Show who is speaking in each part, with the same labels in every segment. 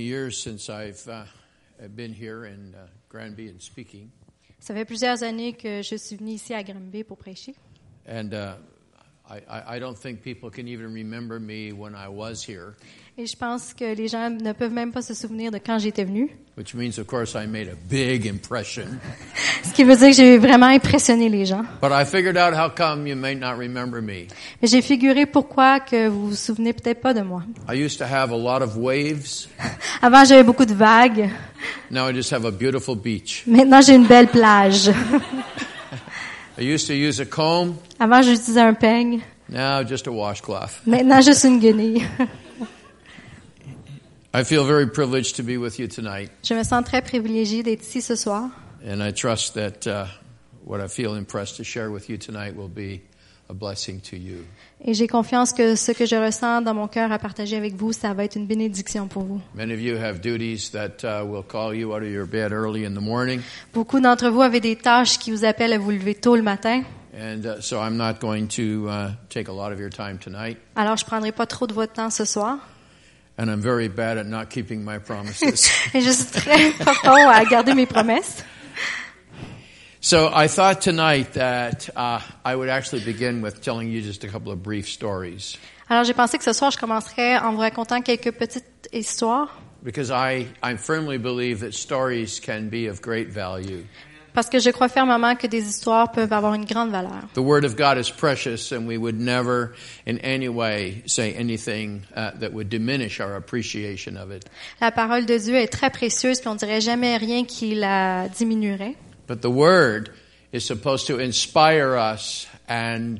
Speaker 1: years since I've uh, been here in uh, Granby and speaking,
Speaker 2: Ça fait plusieurs années que je suis venue ici à Granby pour prêcher.
Speaker 1: and uh, I, I, I don't think people can even remember me when I was here,
Speaker 2: Et je pense que les gens ne peuvent même pas se souvenir de quand j'étais venue.
Speaker 1: which means, of course, I made a big impression.
Speaker 2: Ce qui veut dire que j'ai vraiment impressionné les gens.
Speaker 1: But I figured out how come you may not remember me.
Speaker 2: Mais j'ai figuré pourquoi que vous vous souvenez peut-être pas de moi.
Speaker 1: I used to have a lot of waves.
Speaker 2: Avant, j'avais beaucoup de vagues.
Speaker 1: Now I just have a beautiful beach.
Speaker 2: Maintenant, j'ai une belle plage.
Speaker 1: I used to use a comb.
Speaker 2: Avant, j'utilisais un peigne.
Speaker 1: Now just a washcloth.
Speaker 2: Maintenant, juste une guenille.
Speaker 1: I feel very privileged to be with you tonight,
Speaker 2: Je me sens très privilégiée d'être ici ce soir.
Speaker 1: and I trust that uh, what I feel impressed to share with you tonight will be a blessing to you.
Speaker 2: Et j'ai confiance que ce que je ressens dans mon cœur à partager avec vous, ça va être une bénédiction pour vous.
Speaker 1: Many of you have duties that uh, will call you out of your bed early in the morning,
Speaker 2: Beaucoup d'entre vous avaient des tâches qui vous appellent à vous lever tôt le matin.
Speaker 1: and uh, so I'm not going to uh, take a lot of your time tonight.
Speaker 2: Alors, je prendrai pas trop de votre temps ce soir.
Speaker 1: And I'm very bad at not keeping my promises.
Speaker 2: Et je suis très pas bon à garder mes promesses.
Speaker 1: so I thought tonight that uh, I would actually begin with telling you just a couple of brief stories
Speaker 2: Alors, j'ai pensé que ce soir, je commencerai en vous racontant quelques petites histoires
Speaker 1: because I, I firmly believe that stories can be of great value.
Speaker 2: parce que je crois fermement que des histoires peuvent avoir une grande valeur.
Speaker 1: The Word of God is precious, and we would never in any way say anything uh, that would diminish our appreciation of it.
Speaker 2: La parole de Dieu est très précieuse, puis on dirait jamais rien qui la diminuerait.
Speaker 1: But the word is supposed to inspire us and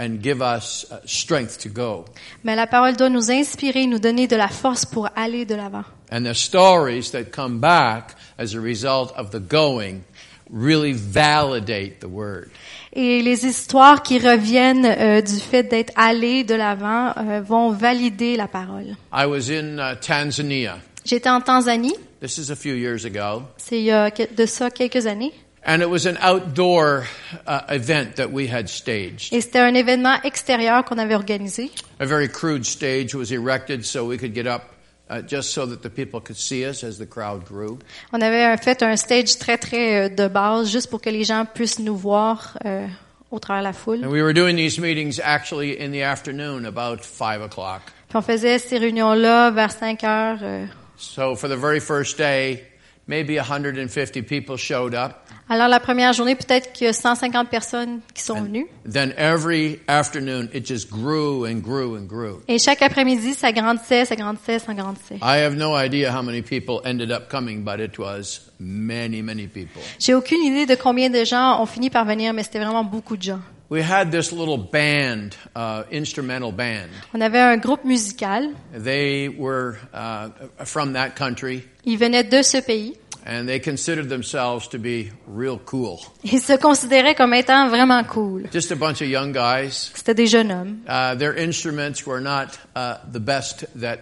Speaker 1: and give us uh, strength to go.
Speaker 2: Mais la parole doit nous inspirer, nous donner de la force pour aller de l'avant.
Speaker 1: And the stories that come back as a result of the going really validate the word.
Speaker 2: Et les histoires qui reviennent euh, du fait d'être allé de l'avant euh, vont valider la parole.
Speaker 1: I was in uh, Tanzania.
Speaker 2: J'étais en Tanzanie,
Speaker 1: This is a few years ago,
Speaker 2: c'est il y a que- de ça quelques années,
Speaker 1: and it was an outdoor uh, event that we had staged.
Speaker 2: et c'était un événement extérieur qu'on avait organisé.
Speaker 1: A very crude stage was erected so we could get up uh, just so that the people could see us as the crowd grew.
Speaker 2: On avait euh, fait un stage très très euh, de base, juste pour que les gens puissent nous voir euh, au travers de la foule.
Speaker 1: And we were doing these meetings actually in the afternoon, about five o'clock.
Speaker 2: Puis on faisait ces réunions-là vers 5 heures. euh.
Speaker 1: So for the very first day, maybe 150 people showed up.
Speaker 2: Alors la première journée, peut-être qu'il y a 150 personnes qui sont venues.
Speaker 1: Then every afternoon, it just grew and grew and grew.
Speaker 2: Et chaque après-midi, ça grandissait, ça grandissait, ça grandissait.
Speaker 1: I have no idea how many people ended up coming, but it was many, many people.
Speaker 2: J'ai aucune idée de combien de gens ont fini par venir, mais c'était vraiment beaucoup de gens.
Speaker 1: We had this little band, uh, instrumental band.
Speaker 2: On avait un groupe musical.
Speaker 1: They were uh, from that country,
Speaker 2: Ils venaient de ce pays.
Speaker 1: and they considered themselves to be real cool.
Speaker 2: Ils se considéraient comme étant vraiment cool.
Speaker 1: Just a bunch of young guys.
Speaker 2: C'était des jeunes hommes.
Speaker 1: Uh, their instruments were not uh, the best that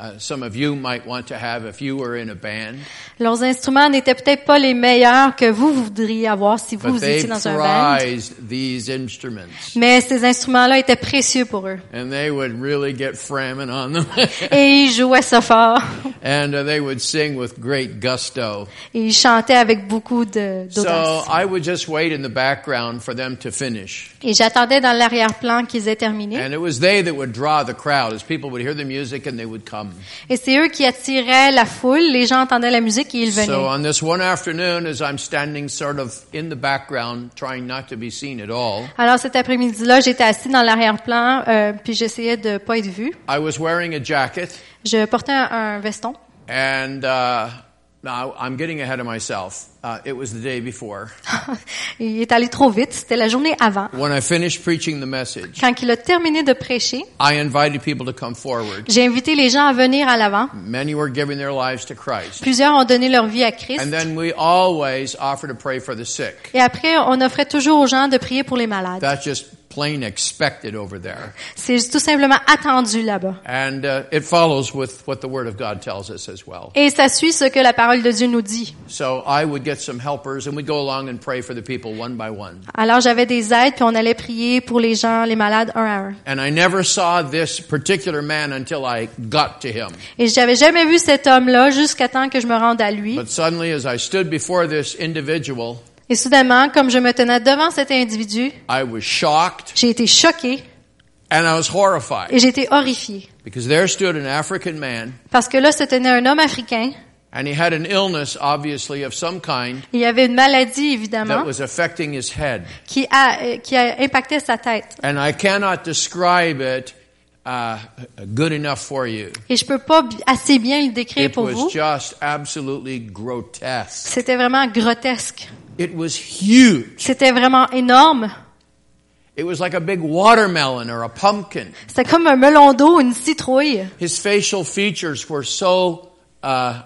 Speaker 1: uh, some of you might want to have if you were in a band,
Speaker 2: Leurs instruments n'étaient peut-être pas les meilleurs que vous voudriez avoir si vous,
Speaker 1: but
Speaker 2: vous
Speaker 1: they
Speaker 2: étiez dans un band.
Speaker 1: prized these instruments.
Speaker 2: Mais ces instruments-là étaient précieux pour eux.
Speaker 1: And they would really get framming on them,
Speaker 2: Et ils jouaient ça fort.
Speaker 1: and uh, they would sing with great gusto.
Speaker 2: Et ils chantaient avec beaucoup de-
Speaker 1: So
Speaker 2: d'audace.
Speaker 1: I would just wait in the background for them to finish,
Speaker 2: Et j'attendais dans l'arrière-plan qu'ils aient terminé.
Speaker 1: and it was they that would draw the crowd. As people would hear the music, and they would come.
Speaker 2: Et c'est eux qui attiraient la foule. Les gens entendaient la musique et ils
Speaker 1: So
Speaker 2: venaient.
Speaker 1: on this one afternoon, as I'm standing sort of in the background, trying not to be seen at all.
Speaker 2: Alors cet après-midi-là, j'étais assis dans l'arrière-plan, euh, puis j'essayais de pas être vue.
Speaker 1: I was wearing a jacket,
Speaker 2: Je portais un, un veston.
Speaker 1: and uh, now I'm getting ahead of myself. Uh, it was the day before.
Speaker 2: il est allé trop vite. C'était la journée avant.
Speaker 1: When I finished preaching the message,
Speaker 2: Quand il a terminé de prêcher,
Speaker 1: I invited people to come forward.
Speaker 2: j'ai invité les gens à venir à l'avant.
Speaker 1: Many were giving their lives to Christ.
Speaker 2: Plusieurs ont donné leur vie à Christ.
Speaker 1: And then we always offer to pray for the sick.
Speaker 2: Et après, on offrait toujours aux gens de prier pour les malades.
Speaker 1: That's just plain expected over there.
Speaker 2: C'est tout simplement attendu là-bas.
Speaker 1: And uh, it follows with what the Word of God tells us as well.
Speaker 2: Et ça suit ce que la parole de Dieu nous dit.
Speaker 1: So I would get some helpers and we'd go along and pray for the people one by one.
Speaker 2: Alors j'avais des aides, puis on allait prier pour les gens, les malades, un à un.
Speaker 1: And I never saw this particular man until I got to him.
Speaker 2: Et j'avais jamais vu cet homme-là jusqu'à temps que je me rende à lui.
Speaker 1: But suddenly, as I stood before this individual,
Speaker 2: Et soudainement, comme je me tenais devant cet individu,
Speaker 1: I was shocked
Speaker 2: j'ai été choquée
Speaker 1: and I was horrified
Speaker 2: et j'ai été horrifiée.
Speaker 1: because there stood an African man
Speaker 2: Parce que là, se tenait un homme africain.
Speaker 1: and he had an illness, obviously, of some kind
Speaker 2: Il y avait une maladie, évidemment,
Speaker 1: that was affecting his head.
Speaker 2: qui a, euh, qui a impacté sa tête.
Speaker 1: And I cannot describe it uh, good enough for you.
Speaker 2: Et je peux pas bi- assez bien le décrire
Speaker 1: It
Speaker 2: pour vous.
Speaker 1: was just absolutely grotesque.
Speaker 2: C'était vraiment grotesque.
Speaker 1: It was huge.
Speaker 2: C'était vraiment énorme.
Speaker 1: It was like a big watermelon or a pumpkin.
Speaker 2: C'était comme un melon d'eau, une citrouille.
Speaker 1: His facial features were so uh,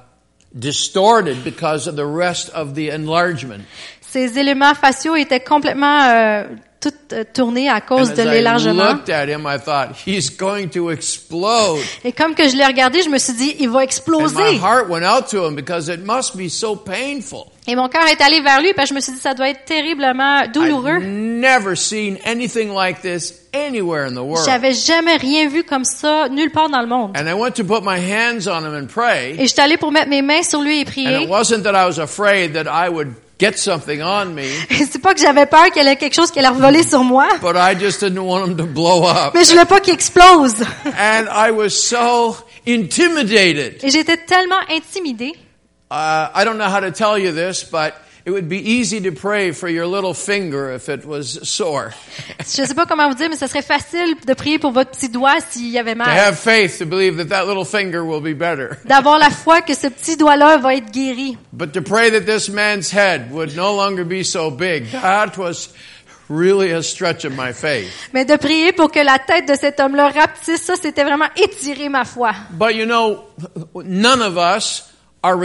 Speaker 1: distorted because of the rest of the enlargement.
Speaker 2: Ses éléments faciaux étaient complètement euh, tout euh, tournés à
Speaker 1: And
Speaker 2: cause
Speaker 1: as
Speaker 2: de
Speaker 1: I
Speaker 2: l'élargement.
Speaker 1: looked at him, I thought, he's going to explode.
Speaker 2: Et comme que je l'ai regardé, je me suis dit, il va
Speaker 1: And my
Speaker 2: exploser.
Speaker 1: heart went out to him because it must be so painful.
Speaker 2: Et mon cœur est allé vers lui, parce que je me suis dit, ça doit être terriblement
Speaker 1: I've
Speaker 2: douloureux.
Speaker 1: never seen anything like this anywhere in the world.
Speaker 2: J'avais jamais rien vu comme ça nulle part dans le monde.
Speaker 1: And I went to put my hands on him and pray.
Speaker 2: Et je suis allée pour mettre mes mains sur lui et
Speaker 1: And it
Speaker 2: prier.
Speaker 1: wasn't that I was afraid that I would get something on me,
Speaker 2: Et c'est pas que j'avais peur qu'elle ait quelque chose qui allait revoler sur moi,
Speaker 1: but I just didn't want him to blow up.
Speaker 2: mais je voulais pas qu'il explose.
Speaker 1: And I was so intimidated.
Speaker 2: Et j'étais tellement intimidée.
Speaker 1: Uh, I don't know how to tell you this, but it would be easy to pray for your little finger if it was sore.
Speaker 2: Je sais pas comment vous dire, mais ce serait facile de prier pour votre petit doigt s'il y avait
Speaker 1: To
Speaker 2: mal.
Speaker 1: have faith to believe that that little finger will be better.
Speaker 2: D'avoir la foi que ce petit doigt-là va être guéri.
Speaker 1: But to pray that this man's head would no longer be so big, that was really a stretch of my faith.
Speaker 2: Mais de prier pour que la tête de cet homme-là rapetisse, ça, c'était vraiment étirer ma foi.
Speaker 1: But you know, none of us are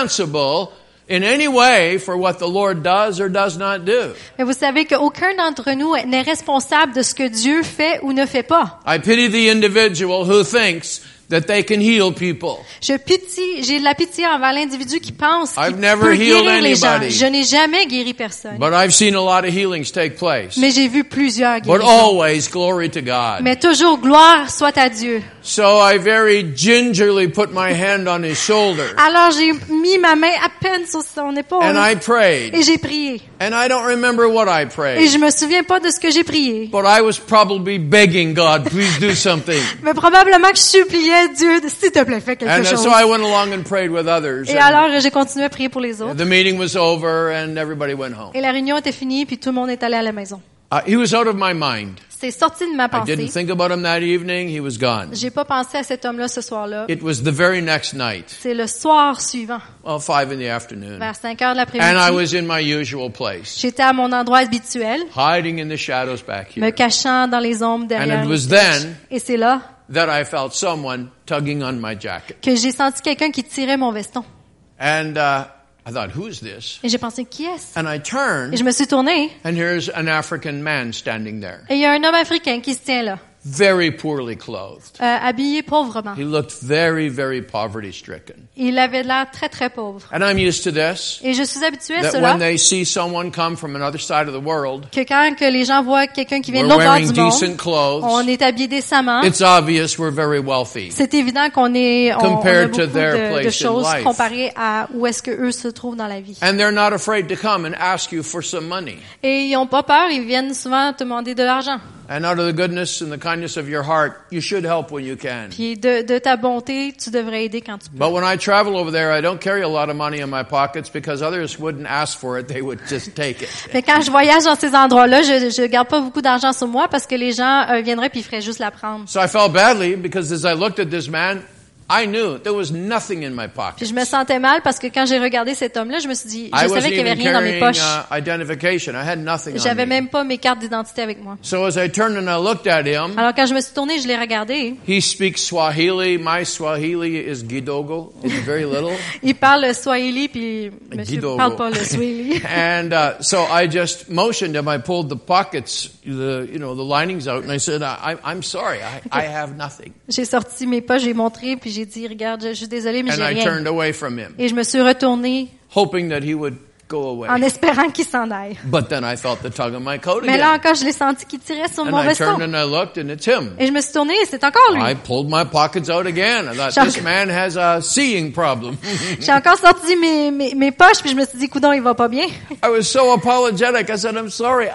Speaker 1: responsible in any way for what the Lord does or does not do.
Speaker 2: Mais vous savez qu'aucun d'entre nous n'est responsable de ce que Dieu fait ou ne fait pas.
Speaker 1: I pity the individual who thinks that they can heal people.
Speaker 2: Je pitié, j'ai de la pitié envers l'individu qui pense
Speaker 1: I've
Speaker 2: qu'il
Speaker 1: never
Speaker 2: peut guérir
Speaker 1: healed
Speaker 2: les gens.
Speaker 1: anybody.
Speaker 2: Je n'ai jamais guéri personne.
Speaker 1: But I've seen a lot of healings take place.
Speaker 2: mais j'ai vu plusieurs
Speaker 1: But
Speaker 2: guérisons.
Speaker 1: always, glory to God.
Speaker 2: Mais toujours gloire soit à Dieu.
Speaker 1: So I very gingerly put my hand on his shoulder
Speaker 2: Alors j'ai mis ma main à peine sur son épaule
Speaker 1: and I
Speaker 2: et
Speaker 1: prayed.
Speaker 2: j'ai prié.
Speaker 1: And I don't remember what I
Speaker 2: Et
Speaker 1: prayed.
Speaker 2: je me souviens pas de ce que j'ai prié.
Speaker 1: But I was probably begging God, please do something.
Speaker 2: Mais probablement que je suppliais Dieu, de, s'il te plaît, fais quelque
Speaker 1: And
Speaker 2: chose.
Speaker 1: so I went along and prayed with others.
Speaker 2: Et
Speaker 1: and-
Speaker 2: alors j'ai continué à prier pour les autres.
Speaker 1: The meeting was over and everybody went home.
Speaker 2: Et la réunion était finie, puis tout le monde est allé à la maison.
Speaker 1: Uh, he was out of my mind.
Speaker 2: C'est sorti de ma
Speaker 1: I didn't
Speaker 2: pensée.
Speaker 1: think about him that evening. He was gone.
Speaker 2: J'ai pas pensé à cet homme-là ce soir-là.
Speaker 1: It was the very next night,
Speaker 2: C'est le soir suivant,
Speaker 1: well, five in the afternoon.
Speaker 2: vers 5 heures de
Speaker 1: And I
Speaker 2: l'après-midi.
Speaker 1: was in my usual place,
Speaker 2: J'étais à mon endroit habituel,
Speaker 1: hiding in the shadows back
Speaker 2: me
Speaker 1: here,
Speaker 2: cachant dans les ombres
Speaker 1: And
Speaker 2: derrière.
Speaker 1: it
Speaker 2: les
Speaker 1: was
Speaker 2: couches.
Speaker 1: then-
Speaker 2: Et c'est là
Speaker 1: that I felt someone tugging on my jacket.
Speaker 2: que j'ai senti quelqu'un qui tirait mon veston.
Speaker 1: And uh, I thought, who's this?
Speaker 2: Et j'ai pensé, qui est-ce?
Speaker 1: And I
Speaker 2: Et je
Speaker 1: turned,
Speaker 2: me suis tournée,
Speaker 1: and here's an African man standing there,
Speaker 2: et il y a un homme africain qui se tient là,
Speaker 1: very poorly clothed.
Speaker 2: euh, habillé pauvrement.
Speaker 1: He looked very, very poverty stricken.
Speaker 2: Il avait l'air très, très pauvre.
Speaker 1: And I'm used to this.
Speaker 2: Et je suis habituée à
Speaker 1: that when
Speaker 2: cela,
Speaker 1: they see someone come from another side of the world,
Speaker 2: que quand que les gens voient quelqu'un qui vient de
Speaker 1: we're
Speaker 2: l'autre bord
Speaker 1: wearing
Speaker 2: du
Speaker 1: decent
Speaker 2: monde, on
Speaker 1: clothes.
Speaker 2: est habillé décemment.
Speaker 1: It's obvious we're very wealthy.
Speaker 2: C'est évident qu'on est on, on a
Speaker 1: Compared
Speaker 2: beaucoup
Speaker 1: to their
Speaker 2: de, de
Speaker 1: place in
Speaker 2: choses
Speaker 1: life.
Speaker 2: comparées à où est-ce que eux se trouvent dans la vie.
Speaker 1: And they're not afraid to come and ask you for some money.
Speaker 2: Et ils ont pas peur, ils viennent souvent te demander de l'argent.
Speaker 1: And out of the goodness and the kindness of your heart, you should help when you can.
Speaker 2: Puis de, de ta bonté, tu devrais aider quand tu peux.
Speaker 1: But when I travel over there, I don't carry a lot of money in my pockets because others wouldn't ask for it. They would just take it.
Speaker 2: Mais quand je voyage dans ces endroits-là, je, je garde pas beaucoup d'argent sur moi parce que les gens euh, viendraient puis ils feraient juste la prendre.
Speaker 1: So I felt badly because as I looked at this man, I knew there was nothing in my pocket.
Speaker 2: Puis je me sentais mal parce que quand j'ai regardé cet homme-là, je me suis dit,
Speaker 1: I
Speaker 2: je savais
Speaker 1: wasn't
Speaker 2: qu'il y avait
Speaker 1: even
Speaker 2: rien dans mes
Speaker 1: carrying
Speaker 2: poches.
Speaker 1: uh, identification. I had nothing on
Speaker 2: J'avais
Speaker 1: me.
Speaker 2: même pas mes cartes d'identité avec moi.
Speaker 1: So as I turned and I looked at him,
Speaker 2: Alors quand je me suis tournée, je l'ai regardé.
Speaker 1: he speaks Swahili. My Swahili is Gidogo. It's very little.
Speaker 2: Il parle le Swahili, puis monsieur
Speaker 1: Guido.
Speaker 2: parle pas le Swahili.
Speaker 1: and uh, so I just motioned him. I pulled the pockets, the you know the linings out, and I said, I, I- "I'm sorry, I, I have nothing."
Speaker 2: j'ai sorti mes poches, j'ai montré, puis j'ai dit, regarde, je, je suis désolée, mais
Speaker 1: And
Speaker 2: j'ai
Speaker 1: I
Speaker 2: rien.
Speaker 1: turned away from him,
Speaker 2: Et je me suis retournée
Speaker 1: hoping that he would go
Speaker 2: en
Speaker 1: away.
Speaker 2: espérant qu'il s'en aille.
Speaker 1: But then I felt the tug of my coat
Speaker 2: Mais là
Speaker 1: again,
Speaker 2: encore, je l'ai senti qu'il tirait sur
Speaker 1: and
Speaker 2: mon
Speaker 1: I
Speaker 2: veston.
Speaker 1: turned and I looked, and it's him.
Speaker 2: Et je me suis tournée et c'est encore lui.
Speaker 1: I pulled my pockets out again. I thought
Speaker 2: Shock.
Speaker 1: this man has a seeing problem.
Speaker 2: J'ai encore sorti mes, mes, mes poches, puis je me suis dit, coudon, il va pas bien.
Speaker 1: I was so apologetic. I said, "I'm sorry, I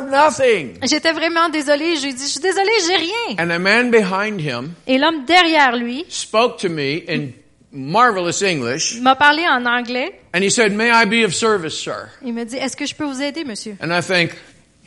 Speaker 1: have nothing."
Speaker 2: J'étais vraiment désolée. Je lui ai dit, je suis désolée, j'ai rien.
Speaker 1: And a man behind him
Speaker 2: Et l'homme derrière lui
Speaker 1: spoke to me in marvelous English.
Speaker 2: m'a parlé en anglais.
Speaker 1: And he said, May I be of service, sir?
Speaker 2: Il me dit, est-ce que je peux vous aider, monsieur?
Speaker 1: And I think,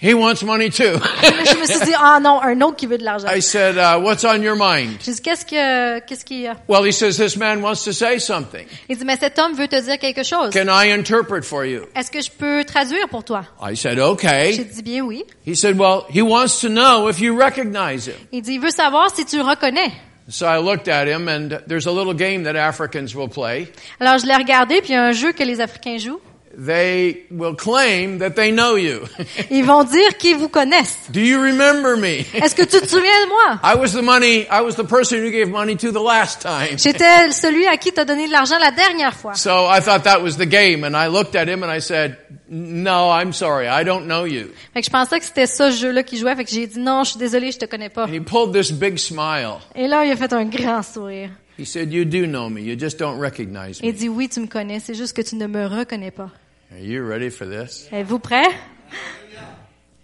Speaker 1: he wants money too.
Speaker 2: Là, je me suis dit, ah non, un autre qui veut de l'argent.
Speaker 1: I said, uh, What's on your mind?
Speaker 2: J'ai dit, qu'est-ce que, qu'est-ce qu'il y a?
Speaker 1: Well, he says, This man wants to say something.
Speaker 2: Il dit, mais cet homme veut te dire quelque chose.
Speaker 1: Can I interpret for you?
Speaker 2: Est-ce que je peux traduire pour toi?
Speaker 1: I said,
Speaker 2: J'ai
Speaker 1: Okay.
Speaker 2: dit, bien oui.
Speaker 1: He said, Well, he wants to know if you recognize him.
Speaker 2: Il dit, il veut savoir si tu le reconnais.
Speaker 1: So I looked at him, and there's a little game that Africans will play.
Speaker 2: Alors, je l'ai regardé, puis il y a un jeu que les Africains jouent.
Speaker 1: They will claim that they know you.
Speaker 2: Ils vont dire qu'ils vous connaissent.
Speaker 1: Do you remember me?
Speaker 2: Est-ce que tu te souviens de moi?
Speaker 1: I was the money, I was the person who gave money to the last time.
Speaker 2: J'étais celui à qui t'as donné de l'argent la dernière fois.
Speaker 1: So I thought that was the game, and I looked at him and I said, "No, I'm sorry, I don't know you."
Speaker 2: Fait que je pensais que c'était ça, ce jeu-là, qu'il jouait. Fait que j'ai dit, non, je suis désolée, je te connais pas.
Speaker 1: And he pulled this big smile.
Speaker 2: Et là, il a fait un grand sourire.
Speaker 1: He said, "You do know me. You just don't recognize me."
Speaker 2: Il dit, oui, tu me connais, c'est juste que tu ne me reconnais pas.
Speaker 1: Are you ready for this?
Speaker 2: Êtes-vous prêts?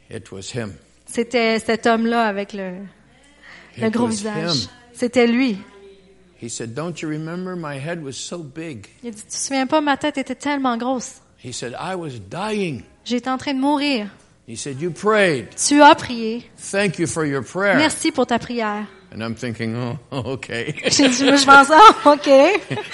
Speaker 1: It was him.
Speaker 2: C'était cet homme-là avec le, le
Speaker 1: It
Speaker 2: gros
Speaker 1: was
Speaker 2: visage.
Speaker 1: him.
Speaker 2: C'était lui.
Speaker 1: He said, "Don't you remember my head was so big?"
Speaker 2: Il dit, tu te souviens pas, ma tête était tellement grosse.
Speaker 1: He said, "I was dying."
Speaker 2: J'étais en train de mourir.
Speaker 1: He said, "You prayed.
Speaker 2: Tu as prié.
Speaker 1: Thank you for your prayer."
Speaker 2: Merci pour ta prière.
Speaker 1: And I'm thinking, "Oh, okay."
Speaker 2: J'ai dit, moi, je pense, ah, OK.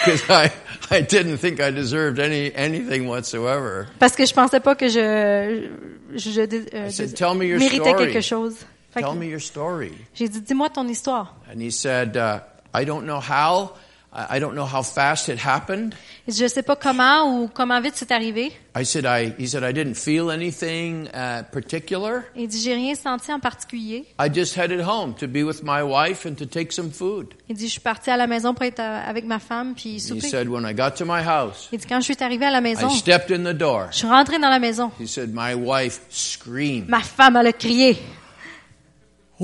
Speaker 1: Because I, I didn't think I deserved any anything whatsoever.
Speaker 2: Parce que je pensais pas que je, je, je- euh,
Speaker 1: I said,
Speaker 2: je-
Speaker 1: "Tell me your
Speaker 2: méritais
Speaker 1: story.
Speaker 2: quelque chose. Fait que
Speaker 1: Tell me your story.
Speaker 2: J'ai dit, dis-moi ton histoire.
Speaker 1: And he said, uh, I don't know how. I I don't know how fast it happened.
Speaker 2: Il dit, je sais pas comment ou comment vite c'est arrivé.
Speaker 1: I said, I, he said, I didn't feel anything uh, particular.
Speaker 2: Il dit, j'ai rien senti en particulier.
Speaker 1: I just headed home to be with my wife and to take some food.
Speaker 2: Il dit, je suis partie à la maison pour être euh, avec ma femme puis
Speaker 1: He
Speaker 2: souper.
Speaker 1: said, when I got to my house,
Speaker 2: Il dit, quand je suis arrivée à la maison,
Speaker 1: I stepped in the door.
Speaker 2: je suis rentrée dans la maison.
Speaker 1: He said, my wife screamed,
Speaker 2: Ma femme, elle a crié.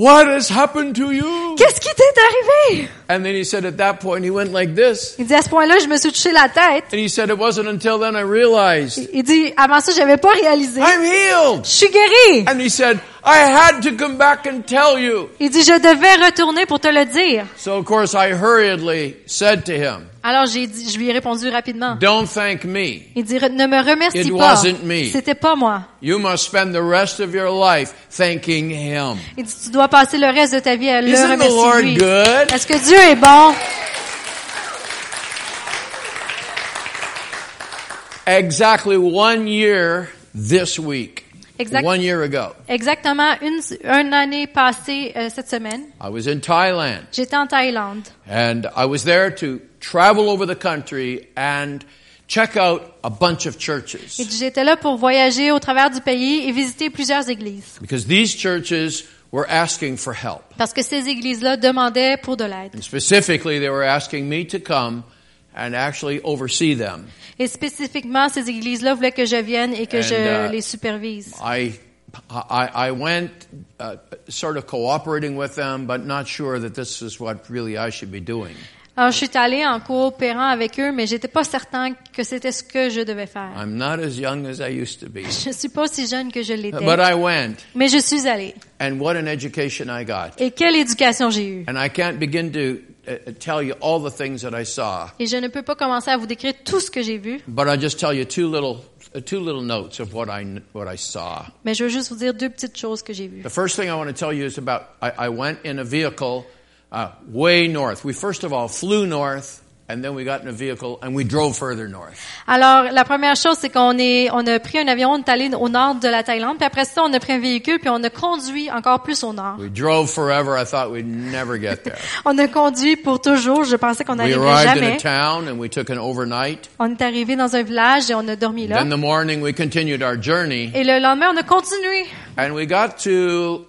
Speaker 1: Oh. what has happened to you?
Speaker 2: Qu'est-ce qui t'est arrivé?
Speaker 1: And then he said, at that point, he went like this.
Speaker 2: Il dit, à ce point-là, je me suis touché la tête.
Speaker 1: And he said, it wasn't until then I realized
Speaker 2: Il dit, avant ça, j'avais pas réalisé.
Speaker 1: I'm healed.
Speaker 2: Je suis guérie.
Speaker 1: And he said, I had to come back and tell you.
Speaker 2: Il dit, je devais retourner pour te le dire.
Speaker 1: So of course I hurriedly said to him,
Speaker 2: Alors, j'ai dit, je lui ai répondu rapidement.
Speaker 1: Don't thank me.
Speaker 2: Il dit, Re- ne me remercie
Speaker 1: It
Speaker 2: pas.
Speaker 1: wasn't me.
Speaker 2: C'était pas moi.
Speaker 1: You must spend the rest of your life thanking Him.
Speaker 2: Il dit, tu dois passer le reste de ta vie à le
Speaker 1: Isn't the Lord
Speaker 2: remercier. lui.
Speaker 1: good?
Speaker 2: Est-ce que Dieu est bon?
Speaker 1: Exactly one year this week.
Speaker 2: Exact-
Speaker 1: One year ago.
Speaker 2: Exactement une, une année passée euh, cette semaine,
Speaker 1: I was in Thailand
Speaker 2: j'étais en Thaïlande.
Speaker 1: and I was there to travel over the country and check out a bunch of
Speaker 2: Il
Speaker 1: churches.
Speaker 2: dit, j'étais là pour voyager au travers du pays et visiter plusieurs églises.
Speaker 1: Because these churches were asking for help.
Speaker 2: Parce que ces églises-là demandaient pour de l'aide.
Speaker 1: And specifically, they were asking me to come and actually oversee them.
Speaker 2: Et spécifiquement, ces églises-là voulaient que je vienne et que
Speaker 1: And,
Speaker 2: je
Speaker 1: uh,
Speaker 2: les supervise.
Speaker 1: I, I, I went uh, sort of cooperating with them, but not sure that this is what really I should be doing.
Speaker 2: Alors, je suis allée en coopérant avec eux, mais j'étais pas certain que c'était ce que je devais faire.
Speaker 1: I'm not as young as I used to be.
Speaker 2: Je suis pas si jeune que je l'étais.
Speaker 1: But I went,
Speaker 2: Mais je suis allée.
Speaker 1: and what an education I got.
Speaker 2: Et quelle éducation j'ai eue.
Speaker 1: And I can't begin to uh, tell you all the things that I saw,
Speaker 2: Et je ne peux pas commencer à vous décrire tout ce que j'ai vu,
Speaker 1: but I'll just tell you two little, uh, two little notes of what I, kn- what I saw.
Speaker 2: mais je veux juste vous dire deux petites choses que j'ai vues.
Speaker 1: The first thing I want to tell you is about I, I went in a vehicle uh, way north. We first of all flew north, and then we got in a vehicle and we drove further north.
Speaker 2: Alors, la première chose, c'est qu'on est, on a pris un avion, on est allé au nord de la Thaïlande, puis après ça, on a pris un véhicule, puis on a conduit encore plus au nord.
Speaker 1: We drove forever. I thought we'd never get there.
Speaker 2: On a conduit pour toujours. Je pensais qu'on
Speaker 1: We
Speaker 2: n'arriverait
Speaker 1: arrived in a
Speaker 2: jamais.
Speaker 1: town and we took an overnight.
Speaker 2: On est arrivé dans un village et on a dormi là.
Speaker 1: Then the morning we continued our journey
Speaker 2: Et le lendemain, on a continué.
Speaker 1: and we got to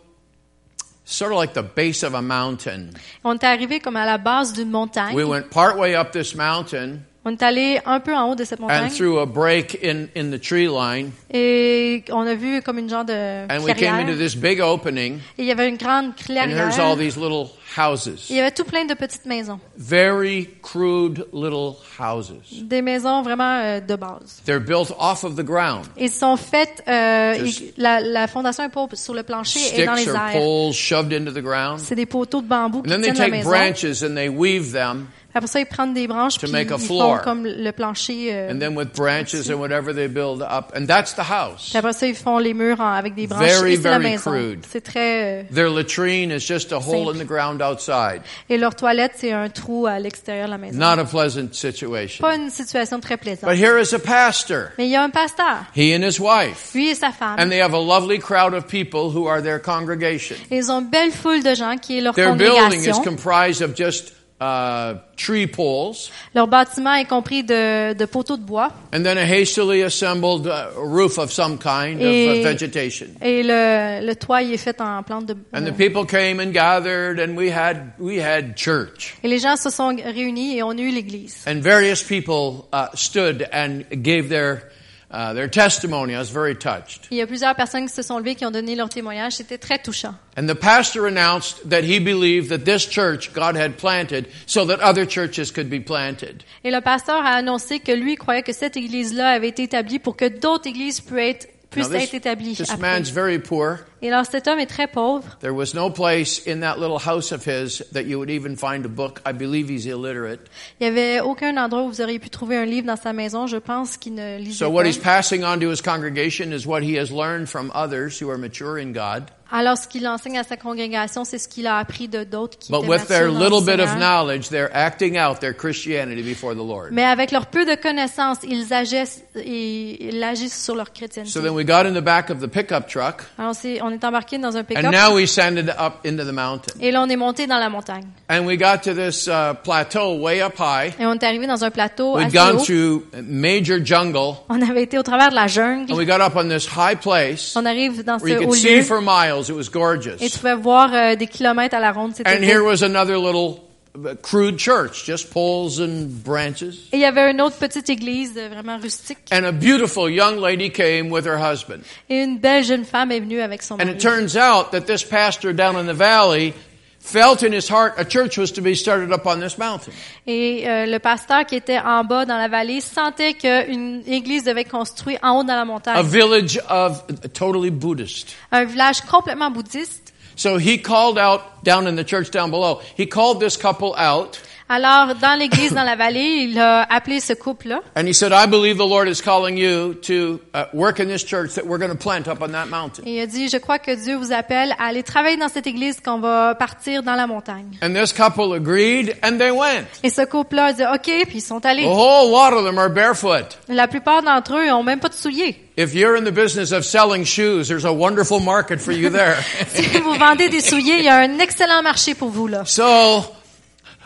Speaker 1: sort of like the base of a mountain.
Speaker 2: On est arrivé comme à la base d'une montagne.
Speaker 1: We went partway up this mountain
Speaker 2: On est allé un peu en haut de cette montagne
Speaker 1: and through a break in, in the tree line
Speaker 2: et on a vu comme une genre de
Speaker 1: and we came
Speaker 2: clairière.
Speaker 1: into this big opening
Speaker 2: Et il y avait une grande
Speaker 1: and here's all
Speaker 2: clairière.
Speaker 1: these little houses.
Speaker 2: Il y avait tout plein de petites maisons,
Speaker 1: Very crude little houses.
Speaker 2: des maisons vraiment euh, de base.
Speaker 1: They're built off of the ground.
Speaker 2: Ils sont faites, euh,
Speaker 1: Just-
Speaker 2: ils- la, la fondation est pas au- sur le plancher et dans
Speaker 1: Sticks
Speaker 2: les
Speaker 1: or
Speaker 2: airs.
Speaker 1: poles shoved into the ground.
Speaker 2: C'est des poteaux de bambou qui
Speaker 1: And then they
Speaker 2: tiennent la
Speaker 1: take
Speaker 2: maison.
Speaker 1: branches and they weave them
Speaker 2: Après ça, ils prennent des branches
Speaker 1: to
Speaker 2: puis
Speaker 1: make a
Speaker 2: ils font
Speaker 1: floor.
Speaker 2: comme le plancher. euh,
Speaker 1: and then with branches and whatever they build up. And that's the house.
Speaker 2: puis après ça, ils font les murs en- avec des branches.
Speaker 1: Very,
Speaker 2: et c'est la
Speaker 1: very
Speaker 2: maison.
Speaker 1: crude.
Speaker 2: C'est très euh,
Speaker 1: Their latrine is just a hole
Speaker 2: Simple.
Speaker 1: in the ground outside.
Speaker 2: et leur toilette, c'est un trou à l'extérieur de la maison.
Speaker 1: Not a pleasant situation.
Speaker 2: Pas une situation très plaisante.
Speaker 1: But here is a pastor,
Speaker 2: Mais il y a un pasteur,
Speaker 1: he and his wife,
Speaker 2: lui et sa femme.
Speaker 1: and they have a lovely crowd of people who are their congregation.
Speaker 2: Et ils ont une belle foule de gens qui est leur
Speaker 1: Their building is
Speaker 2: congrégation.
Speaker 1: comprised of just uh, tree poles
Speaker 2: Leur bâtiment est compris de, de poteaux de bois
Speaker 1: and then a hastily assembled uh, roof of some kind of uh,
Speaker 2: Et-
Speaker 1: vegetation.
Speaker 2: et le, le toit il est fait en plantes de
Speaker 1: And the people came and gathered, and we had we had church.
Speaker 2: Et les gens se sont réunis et on a eu l'église.
Speaker 1: And various people uh, stood and gave their uh, their testimony. I was very touched.
Speaker 2: Il y a plusieurs personnes qui se sont levées qui ont donné leur témoignage, c'était très touchant.
Speaker 1: And the pastor announced that he believed that this church God had planted so that other churches could be planted.
Speaker 2: Et le pasteur a annoncé que lui croyait que cette église-là avait été établie pour que d'autres églises puissent être,
Speaker 1: Now,
Speaker 2: puissent être établies
Speaker 1: this
Speaker 2: après.
Speaker 1: man's very poor.
Speaker 2: Et alors cet homme est très pauvre.
Speaker 1: There was no place in that little house of his that you would even find a book. I believe he's illiterate.
Speaker 2: Il n'y avait aucun endroit où vous auriez pu trouver un livre dans sa maison. Je pense qu'il ne lisait
Speaker 1: So what he's
Speaker 2: pas.
Speaker 1: passing on to his congregation is what he has learned from others who are mature in God.
Speaker 2: Alors ce qu'il enseigne à sa congrégation, c'est ce qu'il a appris de d'autres qui
Speaker 1: But
Speaker 2: étaient
Speaker 1: with
Speaker 2: matures
Speaker 1: their
Speaker 2: dans le
Speaker 1: little bit of
Speaker 2: Seigneur.
Speaker 1: knowledge, they're acting out their Christianity before the Lord.
Speaker 2: Mais avec leur peu de connaissances, ils agissent, et, ils agissent sur leur chrétienneté.
Speaker 1: So then we got in the back of the pickup truck,
Speaker 2: Alors, on s'est- on est embarqué dans un
Speaker 1: and
Speaker 2: pick-up
Speaker 1: now we ascended up into the mountain.
Speaker 2: et là, on est monté dans la montagne.
Speaker 1: And we got to this uh, plateau way up high.
Speaker 2: Et on est arrivé dans un plateau
Speaker 1: We'd
Speaker 2: assez
Speaker 1: gone
Speaker 2: haut.
Speaker 1: through major jungle,
Speaker 2: On avait été au travers de la jungle.
Speaker 1: and we got up on this high place
Speaker 2: On arrive dans ce
Speaker 1: where you
Speaker 2: haut
Speaker 1: could see
Speaker 2: lieu
Speaker 1: for miles. It was
Speaker 2: et tu
Speaker 1: gorgeous.
Speaker 2: pouvais voir euh, des kilomètres à la ronde. C'était
Speaker 1: And
Speaker 2: beau.
Speaker 1: here was another little uh, crude church, just poles and branches.
Speaker 2: Et il y avait une autre petite église euh, vraiment rustique.
Speaker 1: And a beautiful young lady came with her husband.
Speaker 2: Et une belle jeune femme est venue avec son
Speaker 1: And
Speaker 2: mari.
Speaker 1: it turns out that this pastor down in the valley felt in his heart a church was to be started up on this mountain.
Speaker 2: Et euh, le pasteur qui était en bas dans la vallée sentait qu'une église devait être construite en haut dans la
Speaker 1: A
Speaker 2: montagne.
Speaker 1: village of totally Buddhist.
Speaker 2: Un village complètement bouddhiste.
Speaker 1: So he called out down in the church down below. He called this couple out
Speaker 2: Alors, dans l'église, dans la vallée, il a appelé ce couple-là.
Speaker 1: and he said, I believe the Lord is calling you to uh, work in this church that we're going to plant up on that mountain.
Speaker 2: Et il a dit, je crois que Dieu vous appelle à aller travailler dans cette église qu'on va partir dans la montagne.
Speaker 1: And this couple agreed and they went.
Speaker 2: Et ce couple-là a dit, OK, puis ils sont allés.
Speaker 1: A whole lot of them are barefoot.
Speaker 2: La plupart d'entre eux ont même pas de souliers.
Speaker 1: If you're in the business of selling shoes, there's a wonderful market for you there.
Speaker 2: Si vous vendez des souliers, il y a un excellent marché pour vous, là.
Speaker 1: So, uh,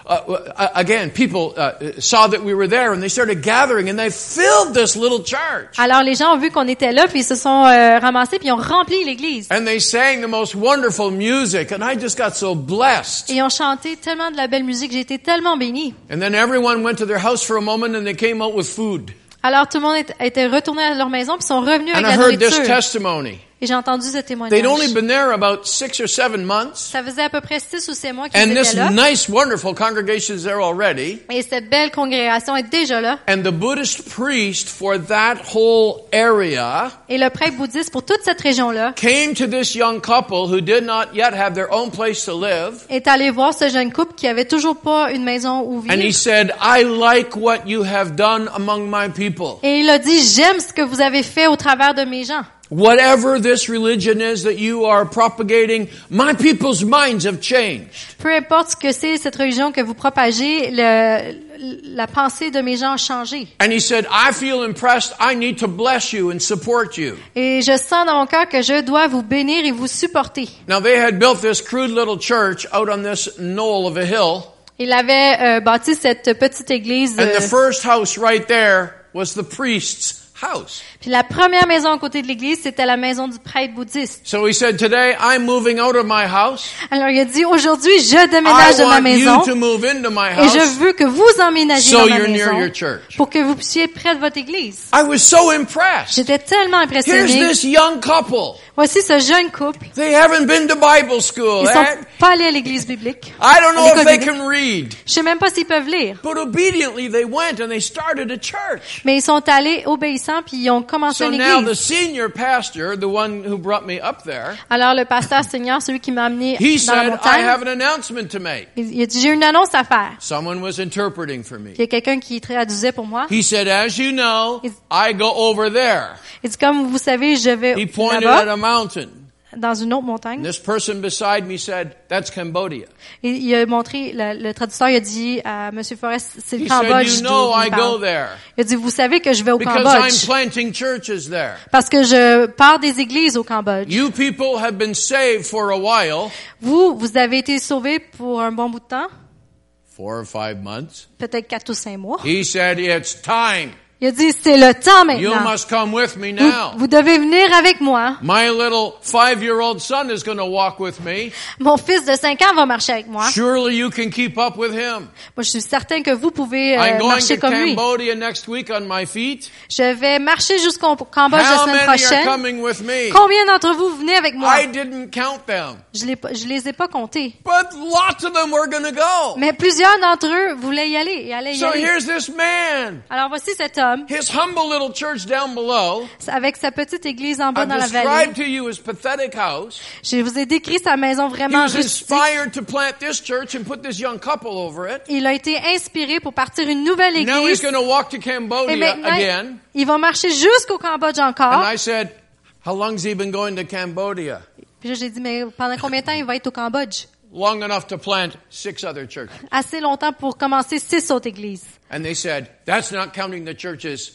Speaker 1: uh, again, people uh, saw that we were there and they started gathering and they filled this little church.
Speaker 2: Alors, les gens ont vu qu'on était là, puis ils se sont euh, ramassés, puis ils ont rempli l'église.
Speaker 1: And they sang the most wonderful music and I just got so blessed.
Speaker 2: Et ils ont chanté tellement de la belle musique, j'ai été tellement bénie.
Speaker 1: And then everyone went to their house for a moment and they came out with food.
Speaker 2: Alors, tout le monde est- était retourné à leur maison, puis ils sont revenus
Speaker 1: And
Speaker 2: avec
Speaker 1: I
Speaker 2: la
Speaker 1: heard this
Speaker 2: nourriture.
Speaker 1: testimony.
Speaker 2: Et j'ai entendu ce témoignage.
Speaker 1: They'd only been there about six or seven months.
Speaker 2: Ça faisait à peu près six ou sept mois qu'ils
Speaker 1: And
Speaker 2: étaient
Speaker 1: this
Speaker 2: là.
Speaker 1: nice, wonderful congregation is there already.
Speaker 2: Et cette belle congrégation est déjà là.
Speaker 1: And the Buddhist priest for that whole area
Speaker 2: Et le prêtre bouddhiste pour toute cette région-là
Speaker 1: came to this young couple who did not yet have their own place to live.
Speaker 2: est allé voir ce jeune couple qui avait toujours pas une maison où
Speaker 1: And he
Speaker 2: vivre.
Speaker 1: said, I like what you have done among my people.
Speaker 2: Et il a dit, j'aime ce que vous avez fait au travers de mes gens.
Speaker 1: whatever this religion is that you are propagating, my people's minds have changed.
Speaker 2: Peu importe ce que c'est cette religion que vous propagez, le- la pensée de mes gens a changé.
Speaker 1: And he said, I feel impressed. I need to bless you and support you.
Speaker 2: Et je sens dans mon cœur que je dois vous bénir et vous supporter.
Speaker 1: Now they had built this crude little church out on this knoll of a hill.
Speaker 2: Il avait euh, bâti cette petite église.
Speaker 1: And
Speaker 2: euh,
Speaker 1: the first house right there was the priest's house.
Speaker 2: puis la première maison à côté de l'église, c'était la maison du prêtre bouddhiste.
Speaker 1: So he said, today I'm moving out of my house.
Speaker 2: Alors il a dit, aujourd'hui, je
Speaker 1: I
Speaker 2: déménage de ma
Speaker 1: want
Speaker 2: maison
Speaker 1: you to move into my
Speaker 2: et je
Speaker 1: house
Speaker 2: veux que vous emménagiez
Speaker 1: so
Speaker 2: dans ma
Speaker 1: you're near your
Speaker 2: maison
Speaker 1: church.
Speaker 2: pour que vous puissiez être près de votre église.
Speaker 1: I was so impressed.
Speaker 2: J'étais tellement
Speaker 1: Here's
Speaker 2: impressionnée.
Speaker 1: this young couple.
Speaker 2: Voici ce jeune couple.
Speaker 1: They haven't been to Bible school. eh?
Speaker 2: Ils
Speaker 1: They
Speaker 2: sont
Speaker 1: ha-
Speaker 2: pas allés à l'église biblique.
Speaker 1: I don't know
Speaker 2: à
Speaker 1: if
Speaker 2: l'école
Speaker 1: they
Speaker 2: biblique.
Speaker 1: can read.
Speaker 2: Je sais même pas s'ils peuvent lire.
Speaker 1: But obediently they went and they started a church.
Speaker 2: Mais ils sont allés obéissants puis ils ont commencé
Speaker 1: So
Speaker 2: une
Speaker 1: now the
Speaker 2: église.
Speaker 1: senior pastor, the one who brought me up there,
Speaker 2: Alors le pasteur Seigneur, celui qui m'a amené
Speaker 1: he
Speaker 2: dans la
Speaker 1: said, I
Speaker 2: montagne,
Speaker 1: have an announcement to make.
Speaker 2: il, il a dit j'ai une annonce à faire.
Speaker 1: Someone was interpreting for
Speaker 2: Il y
Speaker 1: me.
Speaker 2: a quelqu'un qui traduisait pour moi.
Speaker 1: He said, as you know,
Speaker 2: Is-
Speaker 1: I go over there.
Speaker 2: Il dit comme vous savez, je vais
Speaker 1: He pointed at
Speaker 2: là-bas
Speaker 1: a mountain.
Speaker 2: dans une autre montagne.
Speaker 1: And this person beside me said, that's Cambodia.
Speaker 2: Et il a montré le, le traducteur il a dit à monsieur Forrest c'est le
Speaker 1: He said,
Speaker 2: Cambodge
Speaker 1: you
Speaker 2: d'où
Speaker 1: know
Speaker 2: il
Speaker 1: I go
Speaker 2: parle.
Speaker 1: there
Speaker 2: Il a dit vous savez que je vais au
Speaker 1: because I'm
Speaker 2: Cambodge
Speaker 1: planting churches there.
Speaker 2: parce que je pars des églises au Cambodge.
Speaker 1: You people have been saved for a while,
Speaker 2: Vous vous avez été sauvés pour un bon bout de temps,
Speaker 1: four or five months.
Speaker 2: peut-être quatre ou cinq mois.
Speaker 1: He said, it's time.
Speaker 2: Il a dit c'est le temps
Speaker 1: You
Speaker 2: maintenant.
Speaker 1: must come with me now.
Speaker 2: Vous, vous devez venir avec moi.
Speaker 1: My little five-year-old son is going to walk with me.
Speaker 2: Mon fils de 5 ans va marcher avec moi.
Speaker 1: Surely you can keep up with him.
Speaker 2: Moi, je suis certain que vous pouvez euh,
Speaker 1: I'm going to
Speaker 2: marcher comme lui.
Speaker 1: Cambodia next week on my feet.
Speaker 2: Je vais marcher jusqu'au Cambodge la
Speaker 1: How
Speaker 2: semaine
Speaker 1: many are
Speaker 2: prochaine.
Speaker 1: coming with me?
Speaker 2: Combien d'entre vous venez avec moi?
Speaker 1: I didn't count them,
Speaker 2: Je l'ai pas- je les ai pas comptés.
Speaker 1: but lots of them were going to go.
Speaker 2: Mais plusieurs d'entre eux voulaient y aller et allaient y
Speaker 1: So
Speaker 2: aller.
Speaker 1: here's this man,
Speaker 2: Alors voici cet homme
Speaker 1: his humble little church down below.
Speaker 2: avec sa petite église en bas
Speaker 1: I've
Speaker 2: dans la vallée.
Speaker 1: described to you his pathetic house.
Speaker 2: Je vous ai décrit sa maison
Speaker 1: He
Speaker 2: vraiment
Speaker 1: was
Speaker 2: rustique.
Speaker 1: inspired to plant this church and put this young couple over it.
Speaker 2: Il a été inspiré pour partir une nouvelle
Speaker 1: Now he's
Speaker 2: église.
Speaker 1: going to walk to
Speaker 2: Et
Speaker 1: Cambodia
Speaker 2: maintenant,
Speaker 1: again.
Speaker 2: il va marcher jusqu'au Cambodge
Speaker 1: And
Speaker 2: encore.
Speaker 1: I said, How long's he been going to Cambodia?
Speaker 2: Puis là, j'ai dit, mais pendant combien de temps il va être au Cambodge?
Speaker 1: Long enough to plant six other churches.
Speaker 2: Assez longtemps pour commencer six autres églises.
Speaker 1: And they said, That's not counting the churches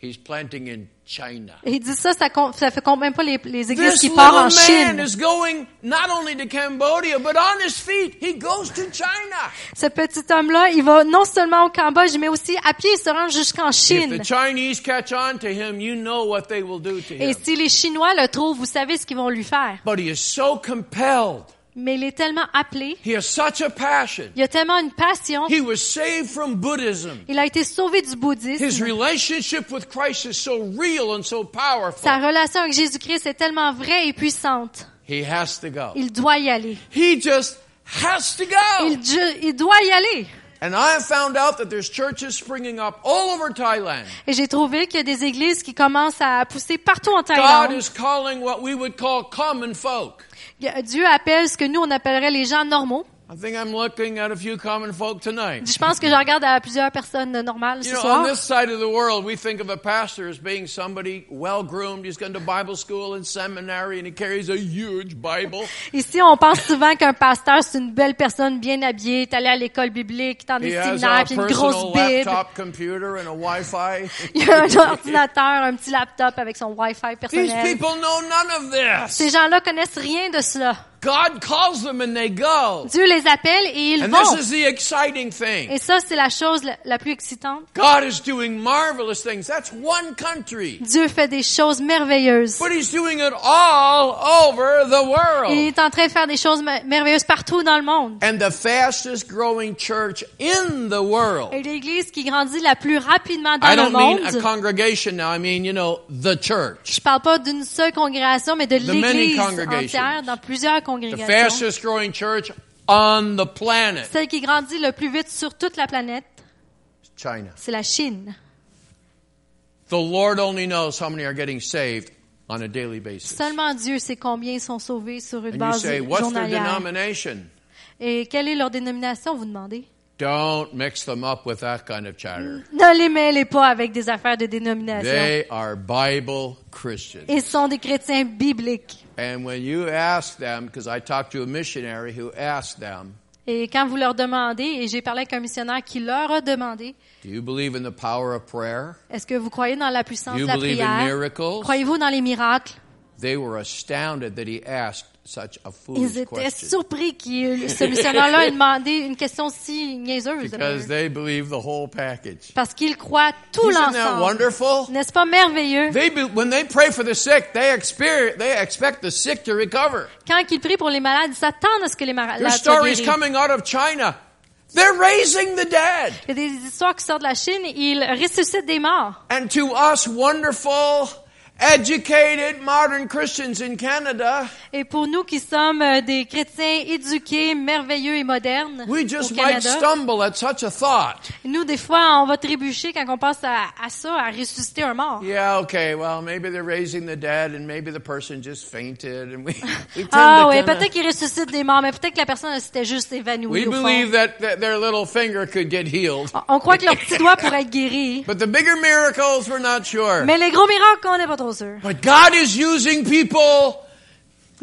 Speaker 1: he's planting in China.
Speaker 2: Et il dit ça, ça compte, ça fait compte même pas les, les églises
Speaker 1: This
Speaker 2: qui
Speaker 1: little
Speaker 2: partent en
Speaker 1: man
Speaker 2: Chine.
Speaker 1: is going not only to Cambodia, but on his feet, he goes to China.
Speaker 2: Ce petit homme-là, il va non seulement au Cambodge, mais aussi à pied, il se rend jusqu'en
Speaker 1: If the
Speaker 2: Chine.
Speaker 1: Chinese catch on to him, you know what they will do to
Speaker 2: Et
Speaker 1: him.
Speaker 2: si les Chinois le trouvent, vous savez ce qu'ils vont lui faire.
Speaker 1: But he is so compelled.
Speaker 2: Mais il est tellement appelé,
Speaker 1: He has such a passion.
Speaker 2: il a tellement une passion,
Speaker 1: He was saved from Buddhism.
Speaker 2: il a été sauvé du
Speaker 1: His
Speaker 2: bouddhisme.
Speaker 1: relationship with Christ is so real and so
Speaker 2: Sa
Speaker 1: powerful.
Speaker 2: relation avec Jésus-Christ est tellement vraie et puissante.
Speaker 1: He has to go.
Speaker 2: Il doit y aller.
Speaker 1: He just has to go.
Speaker 2: Il, ju- il doit y aller.
Speaker 1: And I have found out that there's churches springing up all over Thailand.
Speaker 2: Et j'ai trouvé qu'il y a des églises qui commencent à pousser partout en
Speaker 1: God
Speaker 2: Thaïlande.
Speaker 1: is calling what we would call common folk.
Speaker 2: Dieu appelle ce que nous, on appellerait les gens normaux.
Speaker 1: I think I'm looking at a few common folk tonight.
Speaker 2: Je pense que je regarde à plusieurs personnes normales
Speaker 1: You
Speaker 2: ce
Speaker 1: know, on
Speaker 2: soir.
Speaker 1: this side of the world, we think of a pastor as being somebody well groomed. He's gone to Bible school and seminary, and he carries a huge Bible.
Speaker 2: Ici, on pense souvent qu'un pasteur, c'est une belle personne bien habillée, est allée à l'école biblique, dans
Speaker 1: He
Speaker 2: des
Speaker 1: has
Speaker 2: séminaires,
Speaker 1: a
Speaker 2: puis une grosse
Speaker 1: personal
Speaker 2: Bible.
Speaker 1: laptop computer and a Wi-Fi.
Speaker 2: Il y a un ordinateur, un petit laptop avec son Wi-Fi
Speaker 1: These
Speaker 2: personnel.
Speaker 1: people know none of this.
Speaker 2: Ces gens-là connaissent rien de cela.
Speaker 1: God calls them and they go.
Speaker 2: Dieu les appelle et ils
Speaker 1: And this
Speaker 2: vont.
Speaker 1: is the exciting thing.
Speaker 2: Et ça, c'est la chose la, la plus excitante.
Speaker 1: God is doing marvelous things. That's one country.
Speaker 2: Dieu fait des choses merveilleuses.
Speaker 1: But he's doing it all over the
Speaker 2: Il
Speaker 1: world.
Speaker 2: est en train de faire des choses mer- merveilleuses partout dans le monde.
Speaker 1: And the fastest growing church in the
Speaker 2: Et
Speaker 1: world.
Speaker 2: l'Église qui grandit la plus rapidement
Speaker 1: I
Speaker 2: dans le
Speaker 1: don't mean a
Speaker 2: monde.
Speaker 1: congregation now. I mean, you know, the church.
Speaker 2: Je parle pas d'une seule congrégation, mais de
Speaker 1: many
Speaker 2: l'Église
Speaker 1: congregations.
Speaker 2: entière dans plusieurs
Speaker 1: The
Speaker 2: congrégations.
Speaker 1: fastest growing church on the planet.
Speaker 2: Celle qui grandit le plus vite sur toute la planète,
Speaker 1: China.
Speaker 2: c'est la Chine.
Speaker 1: The Lord only knows how many are getting saved on a daily basis.
Speaker 2: Seulement Dieu sait combien sont sauvés sur
Speaker 1: And
Speaker 2: une
Speaker 1: you
Speaker 2: base
Speaker 1: say, what's their
Speaker 2: journalière.
Speaker 1: denomination?
Speaker 2: Et quelle est leur dénomination, vous demandez?
Speaker 1: Don't mix them up with that kind of chatter.
Speaker 2: Ne les mêlez pas avec des affaires de dénomination.
Speaker 1: They are Bible Christians.
Speaker 2: Ils sont des chrétiens bibliques.
Speaker 1: And when you ask them, because I talked to a missionary who asked them,
Speaker 2: Et quand vous leur demandez, et j'ai parlé avec un missionnaire qui leur a demandé,
Speaker 1: Do you believe in the power of prayer?
Speaker 2: est-ce que vous croyez dans la puissance
Speaker 1: Do
Speaker 2: de
Speaker 1: you
Speaker 2: la
Speaker 1: believe in
Speaker 2: prière?
Speaker 1: miracles?
Speaker 2: Croyez-vous dans les miracles?
Speaker 1: They were astounded that he asked such a
Speaker 2: Ils
Speaker 1: foolish
Speaker 2: étaient
Speaker 1: question.
Speaker 2: surpris que ce missionnaire-là ait demandé une question si niaiseuse.
Speaker 1: Because they believe the whole package.
Speaker 2: Parce qu'ils croient tout
Speaker 1: Isn't that
Speaker 2: l'ensemble.
Speaker 1: wonderful?
Speaker 2: N'est-ce pas merveilleux?
Speaker 1: They be, when they pray for the sick, they experience, they expect the sick to recover.
Speaker 2: Quand ils prient pour les malades, ils s'attendent à ce que les malades
Speaker 1: There's
Speaker 2: soient
Speaker 1: stories
Speaker 2: guéris.
Speaker 1: coming out of China. They're raising the dead.
Speaker 2: Il y a des histoires qui sortent de la Chine, ils ressuscitent des morts.
Speaker 1: And to us wonderful, educated modern Christians in Canada,
Speaker 2: Et pour nous qui sommes euh, des chrétiens éduqués, merveilleux et modernes
Speaker 1: we just
Speaker 2: au
Speaker 1: might
Speaker 2: Canada,
Speaker 1: stumble at such a thought.
Speaker 2: nous, des fois, on va trébucher quand on pense à, à ça, à ressusciter un mort.
Speaker 1: Yeah, okay, well, maybe they're raising the dead and maybe the person just fainted and we, we tend
Speaker 2: Ah
Speaker 1: to
Speaker 2: oui,
Speaker 1: kinda-
Speaker 2: peut-être qu'ils ressuscitent des morts, mais peut-être que la personne elle s'était juste évanouie
Speaker 1: We
Speaker 2: au fond.
Speaker 1: believe that, that their little finger could get healed.
Speaker 2: On- On croit que leur petit doigt pourrait être guéri.
Speaker 1: But the bigger miracles, we're not sure.
Speaker 2: Mais les gros miracles, on n'est pas trop sûr.
Speaker 1: But God is using people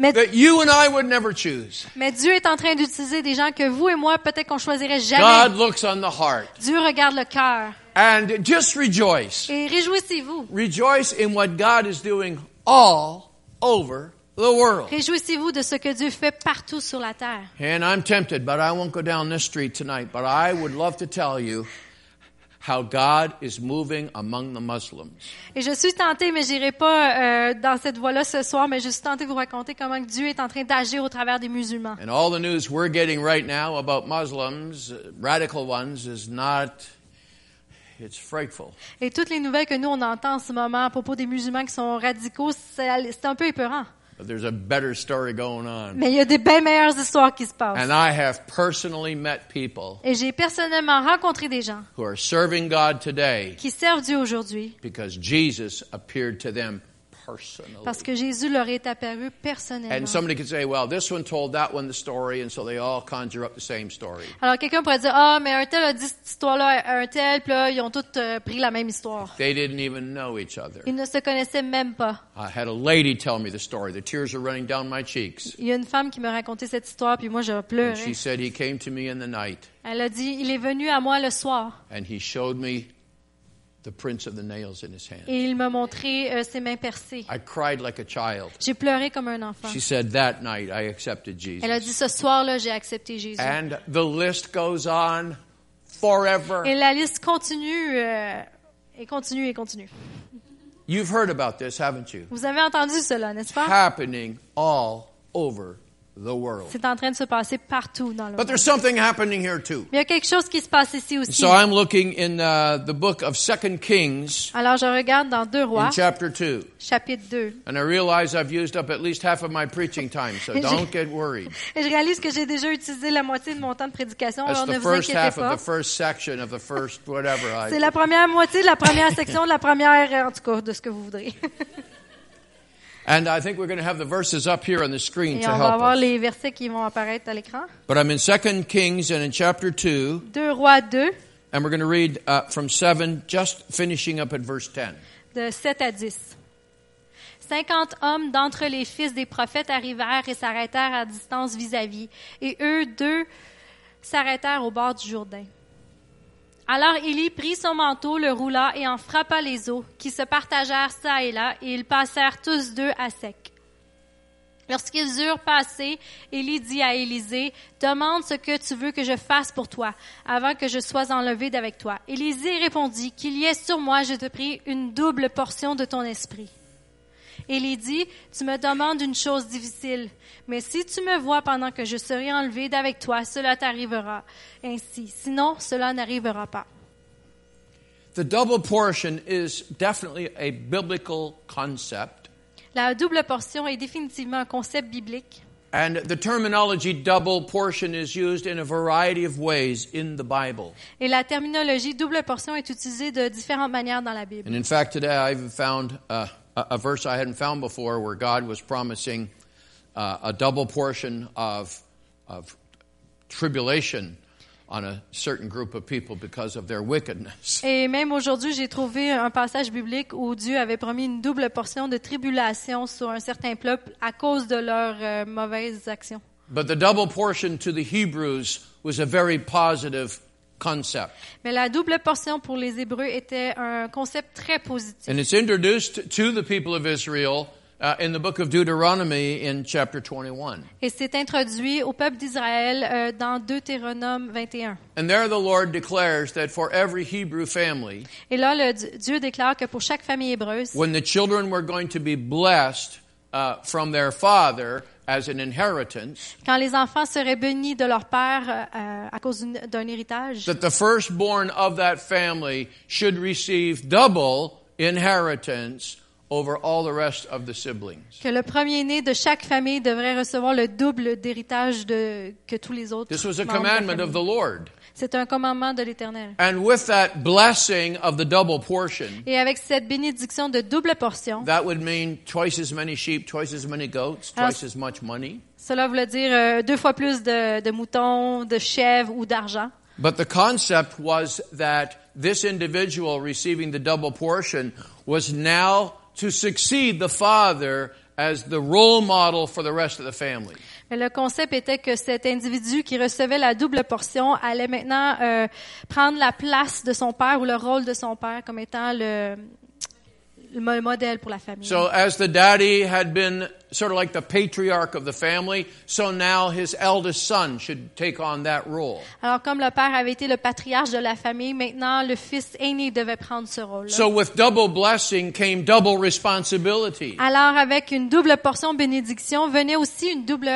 Speaker 2: Mais,
Speaker 1: that you and I would never choose.
Speaker 2: mais Dieu est en train d'utiliser des gens que vous et moi, peut-être qu'on choisirait jamais.
Speaker 1: God looks on the heart.
Speaker 2: Dieu regarde le cœur.
Speaker 1: And just rejoice.
Speaker 2: Et réjouissez-vous.
Speaker 1: Rejoice in what God is doing all over the world.
Speaker 2: Réjouissez-vous de ce que Dieu fait partout sur la terre.
Speaker 1: And I'm tempted, but I won't go down this street tonight. But I would love to tell you how God is moving among the Muslims.
Speaker 2: Et je suis tentée, mais j'irai pas euh, dans cette voie-là ce soir, mais je suis tentée de vous raconter comment que Dieu est en train d'agir au travers des musulmans.
Speaker 1: And all the news we're getting right now about Muslims, uh, radical ones, is not, it's frightful.
Speaker 2: Et toutes les nouvelles que nous, on entend en ce moment à propos des musulmans qui sont radicaux, c'est c'est un peu épeurant.
Speaker 1: But there's a better story going on.
Speaker 2: Mais il y a des bien meilleures histoires qui se passent.
Speaker 1: And I have personally met people
Speaker 2: Et j'ai personnellement rencontré des gens
Speaker 1: who are serving God today
Speaker 2: qui servent Dieu aujourd'hui
Speaker 1: because Jesus appeared to them personally.
Speaker 2: parce que Jésus leur est apparu personnellement.
Speaker 1: And somebody could say, well, this one told that one the story, and so they all conjure up the same story.
Speaker 2: Alors quelqu'un pourrait dire, ah, mais un tel a dit cette histoire-là à un tel, puis là, ils ont tous euh, pris la même histoire.
Speaker 1: They didn't even know each other.
Speaker 2: Ils ne se connaissaient même pas.
Speaker 1: I had a lady tell me the story. The tears are running down my cheeks.
Speaker 2: Il y a une femme qui me racontait cette histoire, puis moi, je
Speaker 1: And she
Speaker 2: pleurais.
Speaker 1: said, He came to me in the night.
Speaker 2: Elle a dit, il est venu à moi le soir,
Speaker 1: and he showed me the prints of the nails in his hand.
Speaker 2: et il m'a montré euh, ses mains percées.
Speaker 1: I cried like a child.
Speaker 2: J'ai pleuré comme un enfant.
Speaker 1: She said, That night I accepted
Speaker 2: Elle a
Speaker 1: Jesus.
Speaker 2: dit, ce soir-là, j'ai accepté Jésus.
Speaker 1: And the list goes on forever.
Speaker 2: Et la liste continue euh, et continue et continue.
Speaker 1: You've heard about this, haven't you?
Speaker 2: Vous avez entendu cela, n'est-ce
Speaker 1: Ah.
Speaker 2: pas?
Speaker 1: Happening all over the world.
Speaker 2: C'est en train de se passer partout dans le
Speaker 1: But
Speaker 2: monde.
Speaker 1: there's something happening here too.
Speaker 2: Mais il y a quelque chose qui se passe ici aussi.
Speaker 1: So I'm looking in uh, the book of Second Kings
Speaker 2: Alors, je regarde dans 2
Speaker 1: in
Speaker 2: Rois,
Speaker 1: chapter 2.
Speaker 2: chapitre 2.
Speaker 1: And I realize I've used up at least half of my preaching time, so don't get worried.
Speaker 2: Et je réalise que j'ai déjà utilisé la moitié de mon temps de prédication,
Speaker 1: That's
Speaker 2: alors
Speaker 1: the
Speaker 2: ne vous
Speaker 1: first
Speaker 2: inquiétez
Speaker 1: half of
Speaker 2: pas.
Speaker 1: the first section of the first whatever. I,
Speaker 2: C'est la première moitié de la première section, de la première, euh, en tout cas, de ce que vous voudrez.
Speaker 1: And I think we're going to have the verses up here on the screen
Speaker 2: Et
Speaker 1: to
Speaker 2: on va
Speaker 1: help
Speaker 2: avoir
Speaker 1: us.
Speaker 2: les versets qui vont apparaître à l'écran.
Speaker 1: But I'm in 2 Kings and in chapter 2,
Speaker 2: 2 Rois 2,
Speaker 1: and we're going to read uh, from 7, just finishing up at verse 10.
Speaker 2: de 7 à 10. Cinquante hommes d'entre les fils des prophètes arrivèrent et s'arrêtèrent à distance vis-à-vis, et eux deux s'arrêtèrent au bord du Jourdain. Alors Élie prit son manteau, le roula et en frappa les eaux, qui se partagèrent çà et là, et ils passèrent tous deux à sec. Lorsqu'ils eurent passé, Élie dit à Élisée, Demande ce que tu veux que je fasse pour toi, avant que je sois enlevé d'avec toi. Élisée répondit, Qu'il y ait sur moi, je te prie, une double portion de ton esprit. Élie dit, Tu me demandes une chose difficile, mais si tu me vois pendant que je serai enlevé d'avec toi, cela t'arrivera ainsi. Sinon, cela n'arrivera pas.
Speaker 1: The double portion is definitely a biblical concept,
Speaker 2: La double portion est définitivement un concept biblique.
Speaker 1: and the terminology double portion is used in a variety of ways in the Bible.
Speaker 2: Et la terminologie double portion est utilisée de différentes manières dans la Bible.
Speaker 1: And in fact, today I even found uh, a, a verse I hadn't found before where God was promising uh, a double portion of, of tribulation on a certain group of people because of their wickedness.
Speaker 2: Et même aujourd'hui, j'ai trouvé un passage biblique où Dieu avait promis une double portion de tribulation sur un certain peuple à cause de leurs euh, mauvaises actions.
Speaker 1: But the double portion to the Hebrews was a very positive concept.
Speaker 2: Mais la double portion pour les Hébreux était un concept très positif.
Speaker 1: And it's introduced to the people of Israel uh, in the book of Deuteronomy in chapter 21.
Speaker 2: Et c'est introduit au peuple d'Israël euh, dans Deutéronome 21.
Speaker 1: And there the Lord declares that for every Hebrew family,
Speaker 2: Et là, le Di- Dieu déclare que pour chaque famille hébreuse,
Speaker 1: when the children were going to be blessed uh, from their father as an inheritance,
Speaker 2: quand les enfants seraient bénis de leur père euh, euh, à cause d'une- d'un héritage,
Speaker 1: that the firstborn of that family should receive double inheritance over all the rest of the siblings.
Speaker 2: que le premier-né de chaque famille devrait recevoir le double d'héritage de, que tous les autres.
Speaker 1: This was a
Speaker 2: membres de la
Speaker 1: commandment of
Speaker 2: famille.
Speaker 1: the Lord.
Speaker 2: C'est un commandement de l'Éternel.
Speaker 1: And with that blessing of the double portion,
Speaker 2: Et avec cette bénédiction de double portion,
Speaker 1: that would mean twice as many sheep, twice as many goats, twice as much money.
Speaker 2: cela voulait dire euh, deux fois plus de, de moutons, de chèvres ou d'argent.
Speaker 1: But the concept was that this individual receiving the double portion was now to succeed the father as the role model for the rest of the family.
Speaker 2: Mais le concept était que cet individu qui recevait la double portion allait maintenant euh, prendre la place de son père ou le rôle de son père comme étant le, le mo- modèle pour la famille.
Speaker 1: So as the daddy had been sort of like the patriarch of the family, so now his eldest son should take on that role.
Speaker 2: Alors comme le père avait été le patriarche de la famille, maintenant le fils aîné devait prendre ce rôle.
Speaker 1: So with double blessing came double responsibility.
Speaker 2: Alors avec une double portion bénédiction venait aussi une double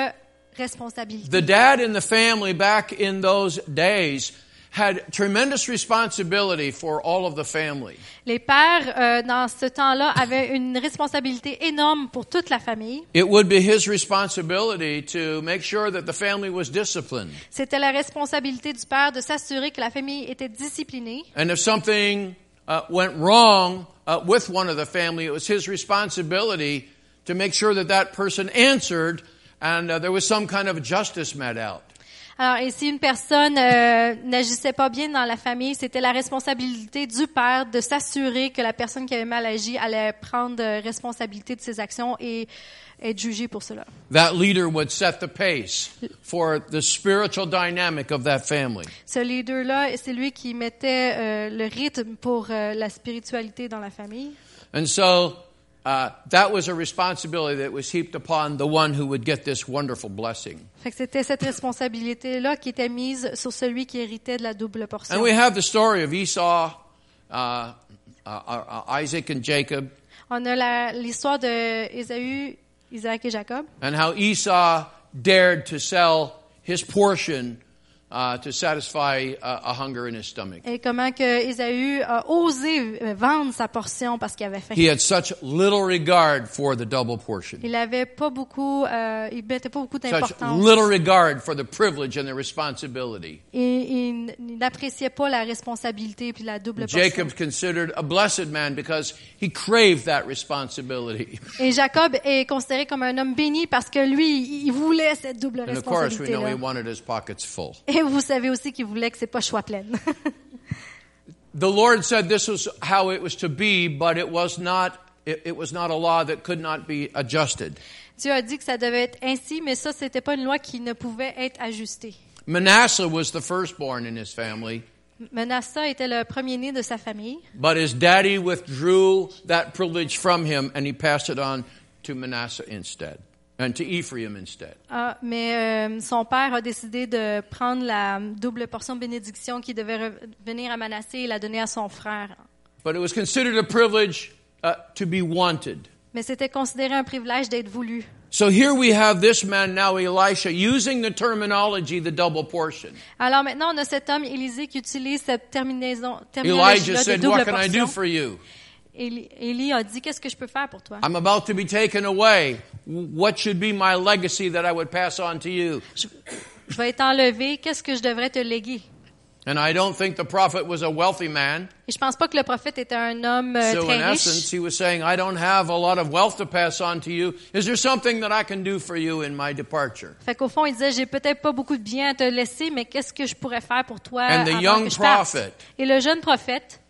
Speaker 2: responsabilité.
Speaker 1: The dad in the family back in those days had tremendous responsibility for all of the family.
Speaker 2: Les pères, euh, dans ce temps-là, avaient une responsabilité énorme pour toute la famille.
Speaker 1: It would be his responsibility to make sure that the family was disciplined.
Speaker 2: C'était la responsabilité du père de s'assurer que la famille était disciplinée.
Speaker 1: And if something uh, went wrong uh, with one of the family, it was his responsibility to make sure that that person answered and uh, there was some kind of justice met out.
Speaker 2: Alors, et si une personne euh, n'agissait pas bien dans la famille, c'était la responsabilité du père de s'assurer que la personne qui avait mal agi allait prendre euh, responsabilité de ses actions et être jugée pour cela.
Speaker 1: That leader would set the pace for the spiritual dynamic of that family.
Speaker 2: Ce leader-là, c'est lui qui mettait euh, le rythme pour euh, la spiritualité dans la famille.
Speaker 1: And so uh, that was a responsibility that was heaped upon the one who would get this wonderful blessing.
Speaker 2: Fait que c'était cette responsabilité-là qui était mise sur celui qui héritait de la double portion.
Speaker 1: And we have the story of Esau, uh, uh, uh, Isaac, and Jacob,
Speaker 2: On a la- l'histoire de Ésaü, Isaac et Jacob.
Speaker 1: and how Esau dared to sell his portion uh, to satisfy uh, a hunger in his stomach.
Speaker 2: Et comment que Ésaü a osé euh, vendre sa portion parce qu'il avait faim.
Speaker 1: He had such little regard for the double portion,
Speaker 2: Il avait pas beaucoup, euh, il mettait pas beaucoup
Speaker 1: such
Speaker 2: d'importance.
Speaker 1: little regard for the privilege and the responsibility.
Speaker 2: Et il n- n'appréciait pas la responsabilité puis la double portion.
Speaker 1: Jacob's considered a blessed man because he craved that responsibility.
Speaker 2: Et Jacob est considéré comme un homme béni parce que lui, il voulait cette double
Speaker 1: And of course, we know
Speaker 2: responsabilité
Speaker 1: he wanted his pockets full.
Speaker 2: Et vous savez aussi qu'il voulait que c'est pas choix pleine.
Speaker 1: The Lord said this was how it was to be, but it was not. It, it was not a law that could not be adjusted.
Speaker 2: Dieu a dit que ça devait être ainsi, mais ça, c'était pas une loi qui ne pouvait être ajustée.
Speaker 1: Manasseh was the firstborn in his family,
Speaker 2: Manasseh était le premier-né de sa famille,
Speaker 1: but his daddy withdrew that privilege from him, and he passed it on to Manasseh instead, and to Ephraim instead.
Speaker 2: Ah, mais euh, son père a décidé de prendre la double portion de bénédiction qui devait revenir à Manassé et la donner à son frère.
Speaker 1: But it was considered a privilege uh, to be wanted.
Speaker 2: Mais c'était considéré un privilège d'être voulu.
Speaker 1: So here we have this man now, Elisha, using the terminology the double portion.
Speaker 2: Alors maintenant, on a cet homme, Élisée, qui utilise cette terminaison,
Speaker 1: Elijah
Speaker 2: terminologie-là de
Speaker 1: said, "What
Speaker 2: double
Speaker 1: can I do
Speaker 2: portion.
Speaker 1: for you?"
Speaker 2: Élie Élie a dit, qu'est-ce que je peux faire pour toi?
Speaker 1: I'm about to be taken away. What should be my legacy that I would pass on to you?
Speaker 2: Je vais être enlevé, qu'est-ce que je devrais te léguer?
Speaker 1: And I don't think the prophet was a wealthy man.
Speaker 2: Et je pense pas que le prophète était un homme euh,
Speaker 1: So, in
Speaker 2: très riche.
Speaker 1: essence, he was saying, I don't have a lot of wealth to pass on to you. Is there something that I can do for you in my departure?
Speaker 2: Fait qu'au fond, il disait, j'ai peut-être pas beaucoup de biens à te laisser, mais qu'est-ce que je pourrais faire pour toi
Speaker 1: And the
Speaker 2: avant
Speaker 1: young
Speaker 2: que je parte?
Speaker 1: prophet.
Speaker 2: Et le jeune prophète,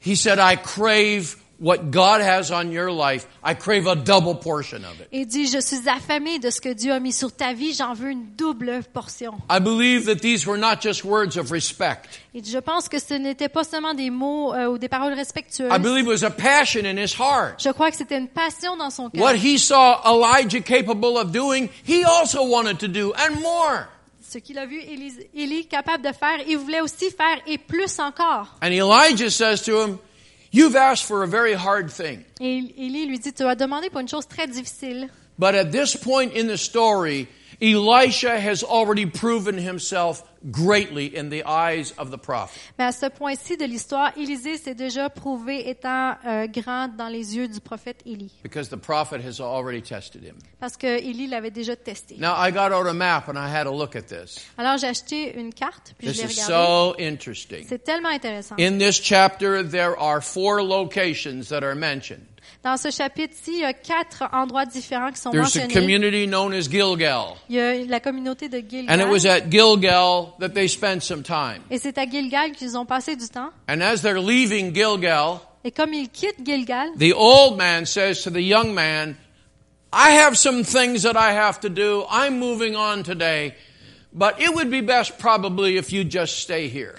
Speaker 1: He said, I crave what God has on your life. I crave a double portion of it.
Speaker 2: il dit, je suis affamé de ce que Dieu a mis sur ta vie, j'en veux une double portion.
Speaker 1: I believe that these were not just words of respect.
Speaker 2: Il dit, je pense que ce n'était pas seulement des mots euh, ou des paroles respectueuses.
Speaker 1: I believe it was a passion in his heart.
Speaker 2: Je crois que c'était une passion dans son cœur.
Speaker 1: What he saw Elijah capable of doing, he also wanted to do, and more.
Speaker 2: Ce qu'il a vu Élie Élie capable de faire, il voulait aussi faire et plus encore.
Speaker 1: And Elijah says to him, You've asked for a very hard thing.
Speaker 2: Et Élie lui dit, tu as demandé pour une chose très difficile.
Speaker 1: But at this point in the story, Elisha has already proven himself greatly in the eyes of the prophet.
Speaker 2: Mais à ce point-ci de l'histoire, Élisée s'est déjà prouvé étant euh, grande dans les yeux du prophète Élie,
Speaker 1: Because the prophet has already tested him.
Speaker 2: parce que Élie l'avait déjà testé.
Speaker 1: Now, I got out a map and I had a look at this.
Speaker 2: Alors j'ai acheté une carte, puis je
Speaker 1: This
Speaker 2: l'ai
Speaker 1: is
Speaker 2: regardée.
Speaker 1: so interesting.
Speaker 2: C'est tellement intéressant.
Speaker 1: In this chapter, there are four locations that are mentioned.
Speaker 2: Dans ce chapitre-ci, il y a quatre endroits différents qui sont
Speaker 1: There's a
Speaker 2: mentionnés.
Speaker 1: community known as Gilgal.
Speaker 2: Il y a la communauté de Gilgal.
Speaker 1: And it was at Gilgal that they spent some time.
Speaker 2: Et c'est à Gilgal qu'ils ont passé du temps.
Speaker 1: And as they're leaving Gilgal,
Speaker 2: Et comme ils quittent Gilgal,
Speaker 1: the old man says to the young man, I have some things that I have to do. I'm moving on today. But it would be best probably if you just stay here.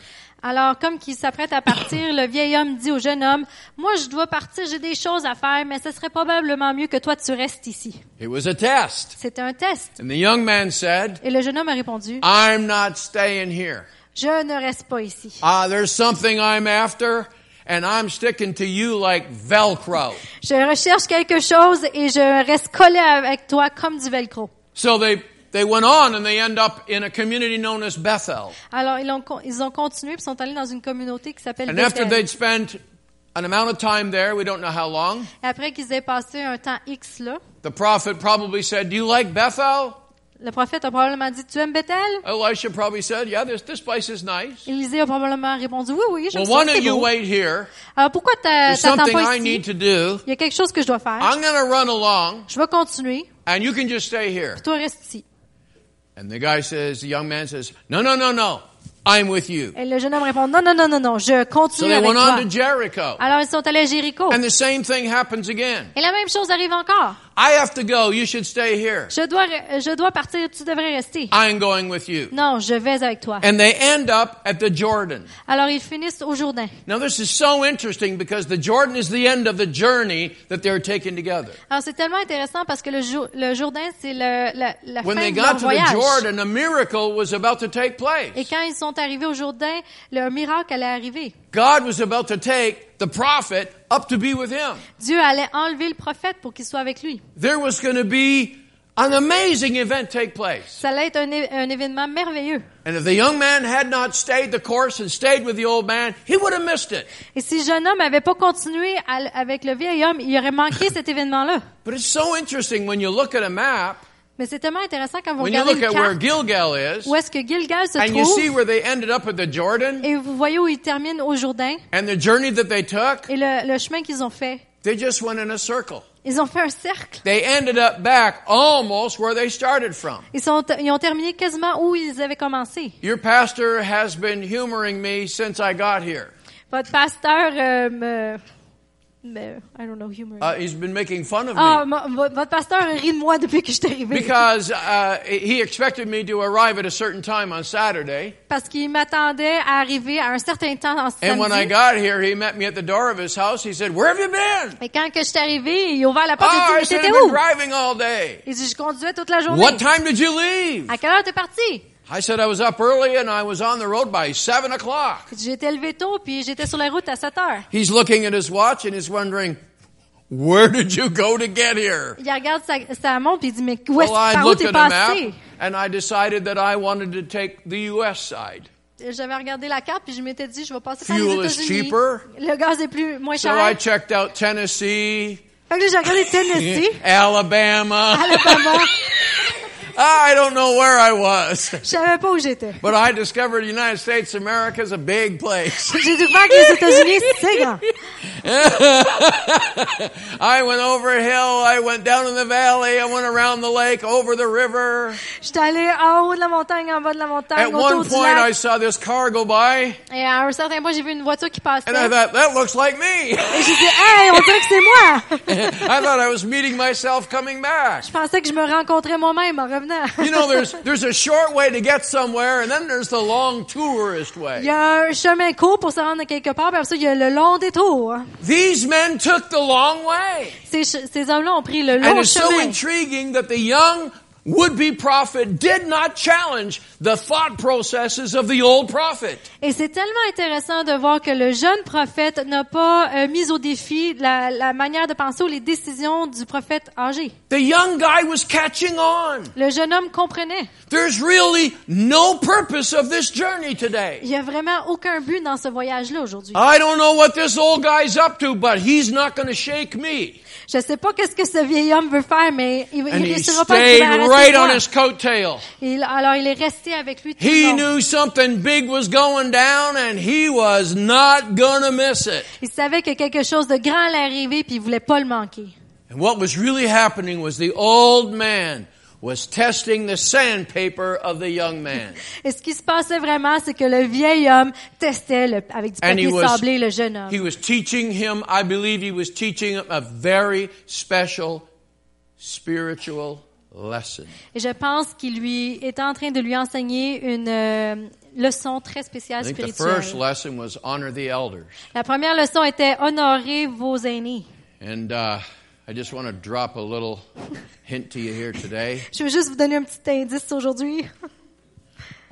Speaker 2: alors comme qu'ils s'apprêtent à partir, le vieil homme dit au jeune homme, moi je dois partir, j'ai des choses à faire, mais ce serait probablement mieux que toi tu restes ici.
Speaker 1: It was a test.
Speaker 2: C'était un test.
Speaker 1: And the young man said,
Speaker 2: Et le jeune homme a répondu,
Speaker 1: I'm not staying here.
Speaker 2: je ne reste pas ici.
Speaker 1: Ah, there's something I'm after, and I'm sticking to you like Velcro.
Speaker 2: Je recherche quelque chose et je reste collé avec toi comme du velcro.
Speaker 1: So they, they went on and they end up in a community known as Bethel.
Speaker 2: Alors, ils ont, con- ils ont continué et sont allés dans une communauté qui s'appelle
Speaker 1: And after
Speaker 2: Bethel.
Speaker 1: they'd spent an amount of time there, we don't know how long,
Speaker 2: Et Après qu'ils aient passé un temps X là,
Speaker 1: the prophet probably said, Do you like Bethel?
Speaker 2: le prophète a probablement dit, tu aimes Bethel?
Speaker 1: Elisha probably said, Yeah, this, this place is nice.
Speaker 2: Élisée a probablement répondu, oui, oui, je
Speaker 1: Well,
Speaker 2: ça,
Speaker 1: why
Speaker 2: c'est
Speaker 1: don't you
Speaker 2: beau.
Speaker 1: wait here?
Speaker 2: Alors, pourquoi t'a-
Speaker 1: There's
Speaker 2: t'attends
Speaker 1: something
Speaker 2: pas
Speaker 1: I
Speaker 2: ici?
Speaker 1: need Ah. to do.
Speaker 2: Il y a quelque chose que je dois faire.
Speaker 1: I'm going to run along,
Speaker 2: Je vais continuer.
Speaker 1: and you can just stay here.
Speaker 2: Toi, reste ici.
Speaker 1: And the guy says, the young man says, No, no, no, no. I'm with you.
Speaker 2: Et le jeune homme répond, non, non, non, non, non, je
Speaker 1: So
Speaker 2: continue
Speaker 1: they
Speaker 2: avec
Speaker 1: went on to
Speaker 2: toi.
Speaker 1: Jericho.
Speaker 2: Alors, ils sont allés à Jéricho.
Speaker 1: And the same thing happens again.
Speaker 2: Et la même chose arrive encore.
Speaker 1: I have to go. You should stay here.
Speaker 2: Je dois, re- je dois partir, tu devrais rester.
Speaker 1: I'm going with you.
Speaker 2: Non, je vais avec toi.
Speaker 1: And they end up at the Jordan.
Speaker 2: Alors ils finissent au Jourdain.
Speaker 1: Now, this is so interesting because the Jordan is the end of the journey that they're taking together.
Speaker 2: Alors c'est tellement intéressant parce que le, Jour- le Jourdain, c'est le, la, la
Speaker 1: When
Speaker 2: fin
Speaker 1: they
Speaker 2: de leur
Speaker 1: got to the
Speaker 2: voyage.
Speaker 1: Jordan, a miracle was about to take
Speaker 2: Et
Speaker 1: place.
Speaker 2: quand ils sont arrivés au Jourdain, le miracle allait arriver.
Speaker 1: God was about to take the prophet up to be with him.
Speaker 2: Dieu allait enlever le prophète pour qu'il soit avec lui.
Speaker 1: There was going to be an amazing event take place.
Speaker 2: Ça allait être un, é- un événement merveilleux.
Speaker 1: And if the young man had not stayed the course and stayed with the old man, he would have missed it.
Speaker 2: Et si le jeune homme avait pas continué à l- avec le vieil homme, il aurait manqué cet événement-là.
Speaker 1: But it's so interesting when you look at a map,
Speaker 2: Mais c'est tellement intéressant quand vous
Speaker 1: when you
Speaker 2: regardez
Speaker 1: look
Speaker 2: une
Speaker 1: at where
Speaker 2: carte
Speaker 1: Gilgal is,
Speaker 2: où est-ce que Gilgal se
Speaker 1: and you see
Speaker 2: trouve
Speaker 1: where they ended up at the Jordan,
Speaker 2: et vous voyez où il termine au Jourdain
Speaker 1: and the journey that they took,
Speaker 2: et le- le chemin qu'ils ont fait.
Speaker 1: they just went in a circle.
Speaker 2: Ils ont fait un cercle.
Speaker 1: They ended up back almost where they started from.
Speaker 2: Ils, sont, ils ont terminé quasiment où ils avaient commencé.
Speaker 1: Your pastor has been humoring me since I got here.
Speaker 2: Votre pasteur euh, me, me- I don't know, humor.
Speaker 1: Uh, he's been making fun of
Speaker 2: ah,
Speaker 1: me.
Speaker 2: mo- vo- votre pasteur rit de moi depuis que je suis arrivée.
Speaker 1: Because uh, he expected me to arrive at a certain time on Saturday.
Speaker 2: Parce qu'il m'attendait à arriver à un certain temps en
Speaker 1: And when I
Speaker 2: samedi.
Speaker 1: got here, he met me at the door of his house. He said, Where have you been?
Speaker 2: Et quand que je suis arrivée, il a ouvert la
Speaker 1: Oh,
Speaker 2: porte et
Speaker 1: I
Speaker 2: dit, mais
Speaker 1: said,
Speaker 2: t'étais
Speaker 1: I've been
Speaker 2: où?
Speaker 1: driving all day.
Speaker 2: Il dit, je conduisais toute la journée.
Speaker 1: What time did you leave?
Speaker 2: À quelle heure t'es parti?
Speaker 1: I said, I was up early and I was on the road by 7 o'clock.
Speaker 2: Il dit, J'étais levé tôt, puis j'étais sur la route à 7 heures.
Speaker 1: He's looking at his watch and he's wondering, Where did you go to get here?
Speaker 2: Il regarde sa, sa montre, puis il dit, mais où
Speaker 1: Well,
Speaker 2: est-ce que
Speaker 1: I
Speaker 2: par où
Speaker 1: looked
Speaker 2: t'es
Speaker 1: at a map
Speaker 2: passé?
Speaker 1: and I decided that I wanted to take the U.S. side.
Speaker 2: J'avais regardé la carte, puis je m'étais dit, je vais passer par
Speaker 1: Fuel
Speaker 2: les
Speaker 1: is
Speaker 2: États-Unis.
Speaker 1: cheaper.
Speaker 2: Le gaz est plus, moins
Speaker 1: So
Speaker 2: cher.
Speaker 1: I checked out Tennessee,
Speaker 2: Eh? Fait que là, j'ai regardé Tennessee,
Speaker 1: Alabama, Ah,
Speaker 2: Alabama,
Speaker 1: I don't know where I was,
Speaker 2: Je savais pas où j'étais.
Speaker 1: but I discovered the United States, America's a big place.
Speaker 2: J'ai découvert que les États-Unis, c'est grand.
Speaker 1: I went over a hill, I went down in the valley, I went around the lake, over the river.
Speaker 2: J'étais allée en haut de la montagne, en bas de la montagne,
Speaker 1: At
Speaker 2: autour
Speaker 1: one
Speaker 2: du
Speaker 1: point, I
Speaker 2: lac.
Speaker 1: saw this car go by,
Speaker 2: Et à un certain point, j'ai vu une voiture qui passait.
Speaker 1: and I
Speaker 2: Et
Speaker 1: thought, that looks like me.
Speaker 2: j'ai dit, hey, on dirait que c'est moi!
Speaker 1: I thought I was meeting myself coming back.
Speaker 2: Je pensais que je me rencontrais moi-même en revenant.
Speaker 1: You know, there's, there's a short way to get somewhere, and then there's the long tourist
Speaker 2: Il
Speaker 1: way.
Speaker 2: y a un chemin court pour se rendre à quelque part, puis après ça, il y a le long détour.
Speaker 1: These men took the long way.
Speaker 2: Ces, che- ces hommes-là ont pris le
Speaker 1: And
Speaker 2: long
Speaker 1: it's so
Speaker 2: chemin.
Speaker 1: intriguing that the young would-be prophet did not challenge the thought processes of the old prophet.
Speaker 2: Et c'est tellement intéressant de voir que le jeune prophète n'a pas euh, mis au défi la, la manière de penser ou les décisions du prophète âgé.
Speaker 1: The young guy was catching on.
Speaker 2: Le jeune homme comprenait.
Speaker 1: There's really no purpose of this journey
Speaker 2: Il
Speaker 1: today.
Speaker 2: n'y a vraiment aucun but dans ce voyage-là aujourd'hui.
Speaker 1: I don't know what this old guy's up to, but he's not going to shake me.
Speaker 2: Je sais pas qu'est-ce que ce vieil homme veut faire, mais il, il
Speaker 1: And he
Speaker 2: réussira pas à se
Speaker 1: stayed
Speaker 2: débarrasser de
Speaker 1: right
Speaker 2: moi.
Speaker 1: on his coattail.
Speaker 2: Il- alors il est resté avec lui tout
Speaker 1: He
Speaker 2: le long.
Speaker 1: knew something big was going down and he was not gonna miss it.
Speaker 2: Il savait que quelque chose de grand allait arriver puis il voulait pas le manquer.
Speaker 1: And what was really happening was the old man was testing the sandpaper of the young man.
Speaker 2: Et ce qui se passait vraiment, c'est que le vieil homme testait le- avec du
Speaker 1: And he
Speaker 2: papier
Speaker 1: was,
Speaker 2: sablé le jeune homme.
Speaker 1: he was teaching him, I believe he was teaching him a very special spiritual lesson.
Speaker 2: Et je pense qu'il lui était en train de lui enseigner une euh, leçon très
Speaker 1: I
Speaker 2: spéciale
Speaker 1: think the first
Speaker 2: spirituelle.
Speaker 1: lesson was honor the elders.
Speaker 2: La première leçon était honorer vos aînés.
Speaker 1: And uh, I just want to drop a little hint to you here today.
Speaker 2: Je veux juste vous donner un petit indice aujourd'hui.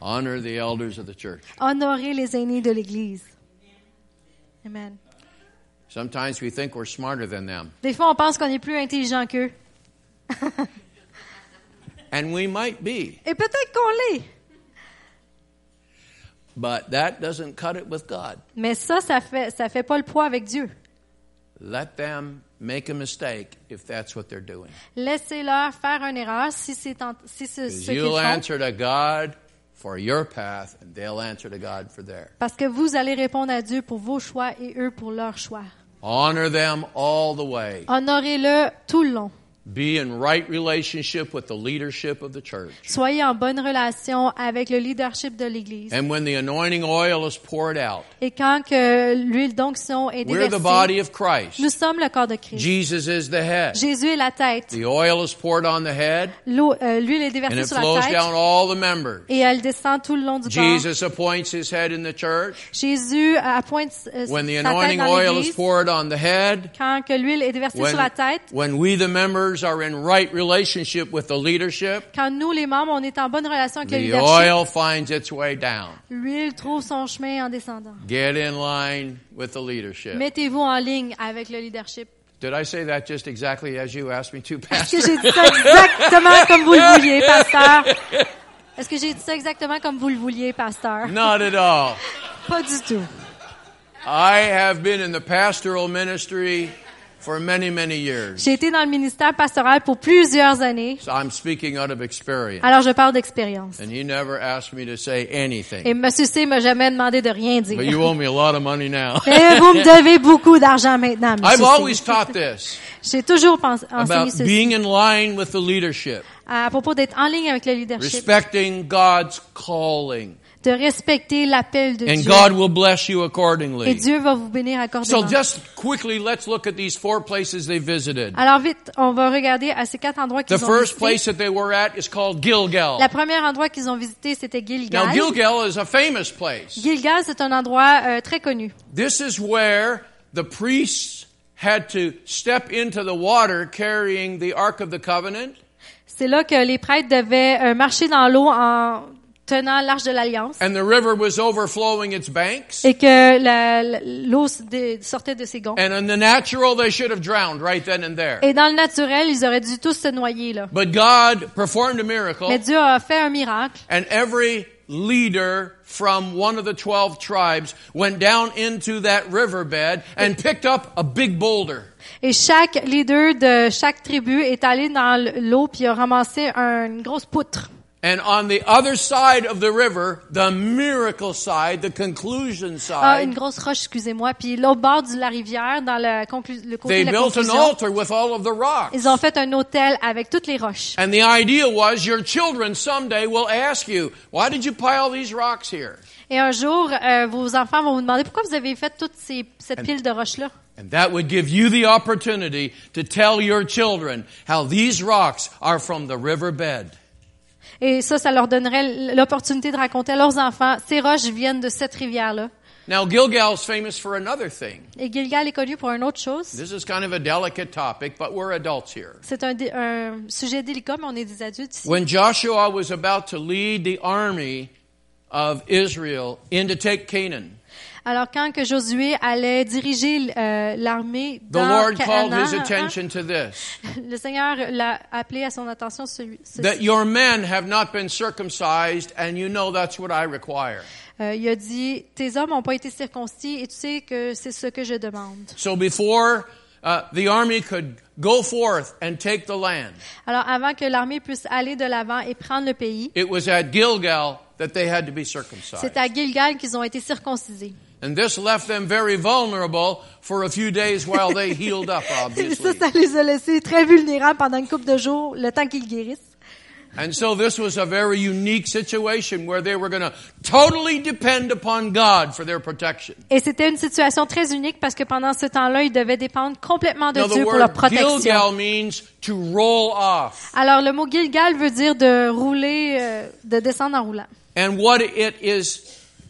Speaker 1: Honor the elders of the church.
Speaker 2: Honorer les aînés de l'Église. Amen.
Speaker 1: Sometimes we think we're smarter than them,
Speaker 2: Des fois, on pense qu'on est plus intelligent qu'eux.
Speaker 1: and we might be,
Speaker 2: Et peut-être qu'on l'est.
Speaker 1: but that doesn't cut it with God.
Speaker 2: Mais ça, ça fait, ça fait pas le poids avec Dieu.
Speaker 1: Let them make a mistake if that's what they're doing.
Speaker 2: Laissez-leur faire une erreur si c'est en- si c'est ce
Speaker 1: 'Cause
Speaker 2: qu'ils
Speaker 1: You'll
Speaker 2: font.
Speaker 1: answer to God for your path, and they'll answer to God for their.
Speaker 2: Parce que vous allez répondre à Dieu pour vos choix et eux pour leurs choix.
Speaker 1: Honor them all the way.
Speaker 2: Honorez-le tout le long.
Speaker 1: Be in right relationship with the leadership of the church.
Speaker 2: Soyez en bonne relation avec le leadership de l'Église.
Speaker 1: And when the anointing oil is poured out,
Speaker 2: Et quand que l'huile d'onction est
Speaker 1: we're the body
Speaker 2: déversée,
Speaker 1: of Christ.
Speaker 2: nous sommes le corps de Christ.
Speaker 1: Jesus is the head.
Speaker 2: Jésus est la tête.
Speaker 1: The oil is poured on the head,
Speaker 2: L'eau, euh, L'huile est
Speaker 1: and
Speaker 2: déversée
Speaker 1: it
Speaker 2: sur la
Speaker 1: flows down
Speaker 2: tête
Speaker 1: all the members.
Speaker 2: et elle descend tout le long du corps.
Speaker 1: Jesus appoints his head in the church.
Speaker 2: Jésus appointe euh, sa
Speaker 1: When the
Speaker 2: tête
Speaker 1: anointing
Speaker 2: dans
Speaker 1: oil is
Speaker 2: l'Église.
Speaker 1: poured on the head,
Speaker 2: Quand que l'huile est déversée sur
Speaker 1: when,
Speaker 2: la tête,
Speaker 1: when we, the members, are in right relationship with the leadership,
Speaker 2: quand nous, les membres, on est en bonne relation avec le
Speaker 1: the
Speaker 2: leadership,
Speaker 1: oil finds its way down.
Speaker 2: l'huile trouve son chemin en descendant.
Speaker 1: Get in line with the leadership.
Speaker 2: Mettez-vous en ligne avec le leadership.
Speaker 1: Did I say that just exactly as you asked me to,
Speaker 2: Est-ce
Speaker 1: Pastor?
Speaker 2: que j'ai dit ça exactement comme vous le vouliez, pasteur? Est-ce que j'ai dit ça exactement comme vous le vouliez, pasteur?
Speaker 1: Not at all.
Speaker 2: Pas du tout.
Speaker 1: I have been in the pastoral ministry for many, many years.
Speaker 2: J'ai été dans le ministère pastoral pour plusieurs années,
Speaker 1: So I'm speaking out of experience.
Speaker 2: alors je parle d'expérience.
Speaker 1: And he never asked me to say
Speaker 2: Et
Speaker 1: anything.
Speaker 2: Monsieur C m'a jamais demandé de rien dire.
Speaker 1: But you owe me a lot of money now.
Speaker 2: Et vous me devez beaucoup d'argent maintenant,
Speaker 1: I've
Speaker 2: Monsieur
Speaker 1: always
Speaker 2: C.
Speaker 1: taught this
Speaker 2: J'ai toujours pensé, enseigné
Speaker 1: about
Speaker 2: ceci
Speaker 1: being in line with the leadership,
Speaker 2: à propos d'être en ligne avec le leadership,
Speaker 1: respecting God's calling,
Speaker 2: de respecter l'appel de
Speaker 1: and
Speaker 2: Dieu.
Speaker 1: God will bless you
Speaker 2: Et
Speaker 1: accordingly.
Speaker 2: Dieu va vous bénir accordément.
Speaker 1: So just quickly, let's look at these four places they visited.
Speaker 2: Alors vite, on va regarder à ces quatre endroits
Speaker 1: The
Speaker 2: qu'ils ont
Speaker 1: first
Speaker 2: visités.
Speaker 1: place that they were at is called Gilgal.
Speaker 2: La première endroit qu'ils ont visité, c'était
Speaker 1: Now,
Speaker 2: Gilgal.
Speaker 1: Gilgal is a famous place.
Speaker 2: Gilgal, c'est un endroit euh, très connu.
Speaker 1: This is where the priests had to step into the water carrying the Ark of the Covenant.
Speaker 2: C'est là que les prêtres devaient euh, marcher dans l'eau en tenant l'arche de l'alliance
Speaker 1: and the river was overflowing its banks.
Speaker 2: et que la- la- l'eau se dé- sortait de ses gonds.
Speaker 1: And in the natural, they should have drowned right then and there.
Speaker 2: Et dans le naturel, ils auraient dû tous se noyer là.
Speaker 1: But God performed a
Speaker 2: Mais
Speaker 1: miracle,
Speaker 2: Dieu a fait un miracle
Speaker 1: and every leader from one of the 12 tribes went down into that riverbed and picked up a big boulder.
Speaker 2: Et chaque leader de chaque tribu est allé dans l'eau puis a ramassé un- une grosse poutre.
Speaker 1: And on the other side of the river, the miracle side, the Um, conclusion
Speaker 2: Ah, une
Speaker 1: side,
Speaker 2: grosse roche, excusez-moi. Puis l'autre bord de la rivière, dans le, conclu- le côté
Speaker 1: they
Speaker 2: de la
Speaker 1: built an
Speaker 2: conclusion,
Speaker 1: altar with all of the rocks.
Speaker 2: ils ont fait un hôtel avec toutes les roches.
Speaker 1: And the idea was your children someday will ask you, why did you pile these rocks here?
Speaker 2: Et un jour, euh, vos enfants vont vous demander pourquoi vous avez fait toute ces, cette pile de roches-là.
Speaker 1: And that would give you the opportunity to tell your children how these rocks are from the riverbed.
Speaker 2: Et ça, ça leur donnerait l'opportunité de raconter à leurs enfants, ces roches viennent de cette rivière-là.
Speaker 1: Now, Gilgal's famous for another thing.
Speaker 2: Et Gilgal est connu pour une autre chose.
Speaker 1: This is kind of a delicate topic, but we're adults here.
Speaker 2: C'est un, dé- un sujet délicat, mais on est des adultes ici.
Speaker 1: When Joshua was about to lead the army of Israel in to take Canaan,
Speaker 2: Alors, quand que Josué allait diriger euh, l'armée
Speaker 1: the
Speaker 2: dans
Speaker 1: Lord called
Speaker 2: Canaan, hein,
Speaker 1: his attention to this
Speaker 2: le Seigneur l'a appelé à son attention celui, ceci.
Speaker 1: that your men have not been circumcised, and you know that's what I require.
Speaker 2: Euh, il a dit, tes hommes n'ont pas été circoncis et tu sais que c'est ce que je demande.
Speaker 1: So before uh, the army could go forth and take the land,
Speaker 2: Alors, avant que l'armée puisse aller de l'avant et prendre le pays,
Speaker 1: it was at Gilgal that they had to be circumcised.
Speaker 2: c'est à Gilgal qu'ils ont été circoncisés.
Speaker 1: And this left them very vulnerable for a few days while Oh, they healed up,
Speaker 2: Ça,
Speaker 1: obviously.
Speaker 2: ça les a laissés très vulnérables pendant une couple de jours, le temps qu'ils guérissent.
Speaker 1: And so this was a very unique situation where they were going to totally depend upon God for their protection.
Speaker 2: Et c'était une situation très unique parce que pendant ce temps-là, ils devaient dépendre complètement de
Speaker 1: Now the
Speaker 2: Dieu pour leur
Speaker 1: word
Speaker 2: protection.
Speaker 1: Gilgal means to roll off.
Speaker 2: Alors, le mot Gilgal veut dire de rouler, euh, de descendre en roulant.
Speaker 1: And what it is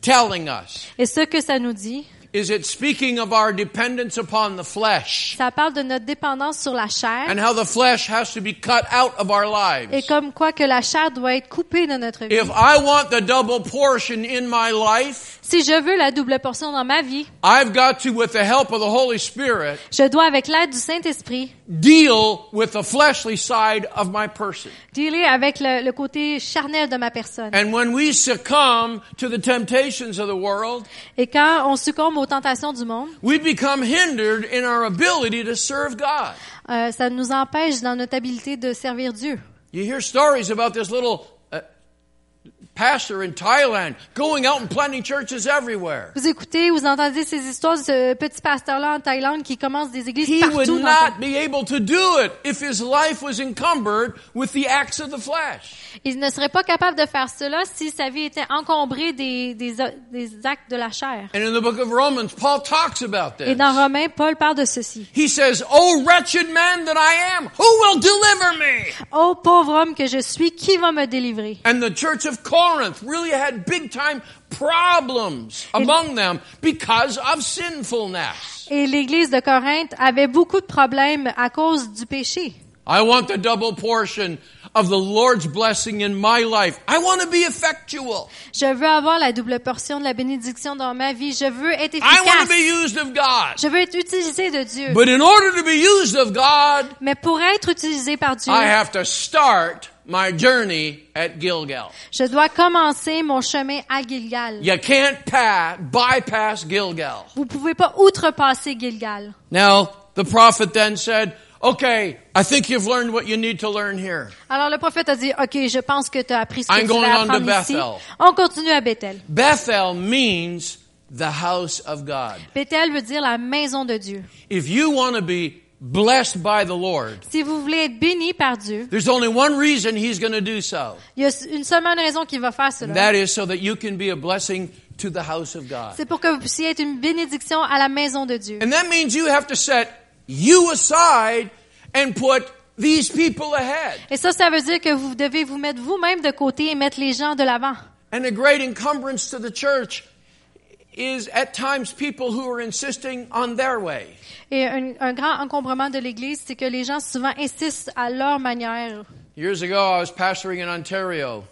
Speaker 1: telling us
Speaker 2: Et ce que ça nous dit,
Speaker 1: is it speaking of our dependence upon the flesh
Speaker 2: ça parle de notre dépendance sur la chair
Speaker 1: and how the flesh has to be cut out of our
Speaker 2: et
Speaker 1: lives.
Speaker 2: comme quoi que la chair doit être coupée de notre vie.
Speaker 1: If I want the double portion in my life,
Speaker 2: Si je veux la double portion dans ma vie,
Speaker 1: I've got to, with the help of the Holy Spirit,
Speaker 2: je dois, avec l'aide du Saint-Esprit,
Speaker 1: deal with the fleshly side of my person.
Speaker 2: dealer avec le, le côté charnel de ma personne.
Speaker 1: And when we succumb to the temptations of the world,
Speaker 2: Et quand on succombe aux tentations du monde,
Speaker 1: we become hindered in our ability to serve God.
Speaker 2: euh, ça nous empêche dans notre habilité de servir Dieu.
Speaker 1: You hear stories about this little uh, pastor in Thailand going out and planting churches everywhere.
Speaker 2: Vous écoutez, vous entendez ces histoires de ce petit pasteur-là en Thaïlande qui commence des églises
Speaker 1: He would
Speaker 2: partout. dans
Speaker 1: not be able to do it if his life was encumbered with the acts of the flesh.
Speaker 2: Il ne serait pas capable de faire cela si sa vie était encombrée des, des, des actes de la chair.
Speaker 1: And in the book of Romans, Paul talks about
Speaker 2: Et
Speaker 1: this.
Speaker 2: dans Romains, Paul parle de ceci.
Speaker 1: He says, "O wretched man that I am, who will deliver me?"
Speaker 2: Oh pauvre homme que je suis, qui va me délivrer?
Speaker 1: And the church of Corinth really had big time problems among them because of sinfulness.
Speaker 2: Et l'église de Corinthe avait beaucoup de problèmes à cause du péché.
Speaker 1: I want the double portion of the Lord's blessing in my life. I want to be effectual.
Speaker 2: Je veux avoir la double portion de la bénédiction dans ma vie. Je veux être
Speaker 1: I want to be
Speaker 2: efficace.
Speaker 1: used of God.
Speaker 2: Je veux être utilisé de Dieu.
Speaker 1: But in order to be used of God,
Speaker 2: Mais pour être utilisé par Dieu,
Speaker 1: I have to start my journey at Gilgal.
Speaker 2: je dois commencer mon chemin à Gilgal.
Speaker 1: You can't pa bypass Gilgal.
Speaker 2: Vous pouvez pas outrepasser Gilgal.
Speaker 1: Now, the prophet then said, Okay, I think you've learned what you need to learn here.
Speaker 2: Alors le prophète a dit, OK, je pense que tu as appris ce que
Speaker 1: I'm
Speaker 2: tu
Speaker 1: going
Speaker 2: vas
Speaker 1: on to
Speaker 2: apprendre ici.
Speaker 1: Bethel.
Speaker 2: On continue à Bethel.
Speaker 1: Bethel means the house of God.
Speaker 2: Bethel veut dire la maison de Dieu.
Speaker 1: If you want to be blessed by the Lord,
Speaker 2: Si vous voulez être béni par Dieu,
Speaker 1: there's only one reason He's going to do so.
Speaker 2: il y a une seule raison qui va faire
Speaker 1: And
Speaker 2: cela.
Speaker 1: that is so that you can be a blessing to the house of God.
Speaker 2: C'est pour que vous puissiez être une bénédiction à la maison de Dieu.
Speaker 1: And that means you have to set you aside and put these people ahead.
Speaker 2: Et ça, ça veut dire que vous devez vous mettre vous-même de côté et mettre les gens de l'avant.
Speaker 1: And a great encumbrance to the church is at times people who are insisting on their way.
Speaker 2: Et un, un grand encombrement de l'Église, c'est que les gens souvent insistent à leur manière.
Speaker 1: Years ago, I was pastoring in Ontario.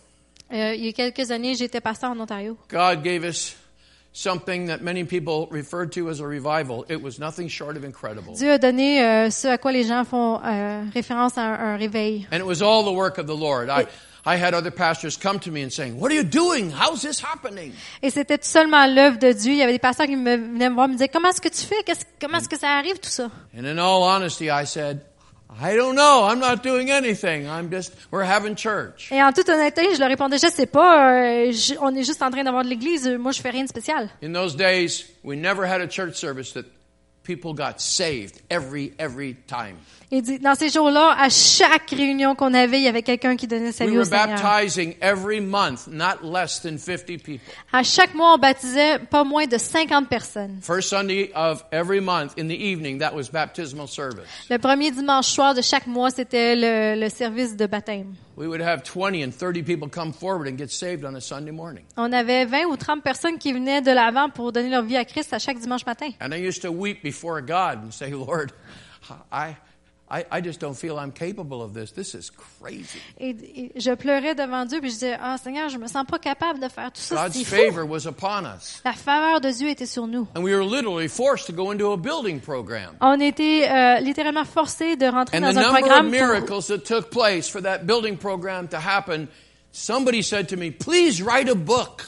Speaker 2: Euh, il y a quelques années, j'étais pasteur en Ontario.
Speaker 1: God gave us something that many people referred to as a revival. It was nothing short of incredible.
Speaker 2: Dieu a donné euh, ce à quoi les gens font euh, référence à un, un réveil.
Speaker 1: And it was all the work of the Lord. I, I had other pastors come to me and saying, What are you doing? How's this happening?
Speaker 2: Et c'était tout seulement l'œuvre de Dieu. Il y avait des pasteurs qui me, venaient me voir me disaient Comment est-ce que tu fais Qu'est-ce- Comment est-ce que ça arrive, tout ça
Speaker 1: And in all honesty, I said, I don't know. I'm not doing anything. I'm just, we're having church.
Speaker 2: Et en toute honnêteté, je leur répondais Je sais pas, euh, je- on est juste en train d'avoir de l'église. Euh, Moi, je fais rien de spécial.
Speaker 1: In those days, we never had a church service that people got saved every, every time.
Speaker 2: Et dit, dans ces jours-là, à chaque réunion qu'on avait, il y avait quelqu'un qui donnait sa vie
Speaker 1: We
Speaker 2: au
Speaker 1: were
Speaker 2: Seigneur.
Speaker 1: baptizing every month, not less than 50 people.
Speaker 2: À chaque mois, on baptisait pas moins de 50 personnes.
Speaker 1: First Sunday of every month in the evening, that was baptismal service.
Speaker 2: Le premier dimanche soir de chaque mois, c'était le, le service de baptême.
Speaker 1: We would have 20 and 30 people come forward and get saved on a Sunday morning.
Speaker 2: On avait 20 ou 30 personnes qui venaient de l'avant pour donner leur vie à Christ à chaque dimanche matin.
Speaker 1: And I used to weep before God and say, Lord, I, I, I just don't feel I'm capable of this. This is crazy.
Speaker 2: Et, et je pleurais devant Dieu, puis je disais, « Ah, Seigneur, je me sens pas capable de faire tout ça,
Speaker 1: God's
Speaker 2: c'est fou!
Speaker 1: favor was upon us. »
Speaker 2: La faveur de Dieu était sur nous.
Speaker 1: And we were literally forced to go into a building program.
Speaker 2: On était euh, littéralement forcés de rentrer
Speaker 1: And the
Speaker 2: dans un
Speaker 1: number of
Speaker 2: programme pour,
Speaker 1: miracles that took place for that building program to happen, somebody said to me, please write a book.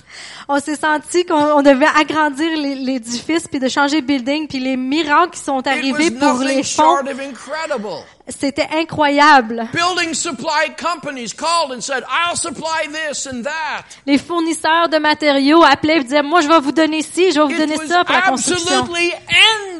Speaker 2: On s'est senti qu'on on devait agrandir les- l'édifice puis de changer de building puis les miracles qui sont
Speaker 1: It was
Speaker 2: arrivés pour
Speaker 1: nothing
Speaker 2: les fonds,
Speaker 1: short of incredible.
Speaker 2: c'était incroyable.
Speaker 1: Building supply companies called and said, I'll supply this and that.
Speaker 2: Les fournisseurs de matériaux appelaient et disaient moi je vais vous donner ci, je vais vous
Speaker 1: It
Speaker 2: donner
Speaker 1: was
Speaker 2: ça pour la construction.
Speaker 1: absolutely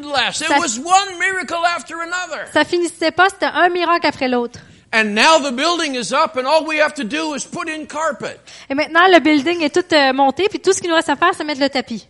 Speaker 1: endless. It
Speaker 2: Ça-
Speaker 1: was one miracle after another.
Speaker 2: Ça finissait pas, c'était un miracle après l'autre.
Speaker 1: And now the building is up, and all we have to do is put in carpet.
Speaker 2: Et maintenant le building est tout euh, monté puis tout ce qu'il nous reste à faire c'est mettre le tapis.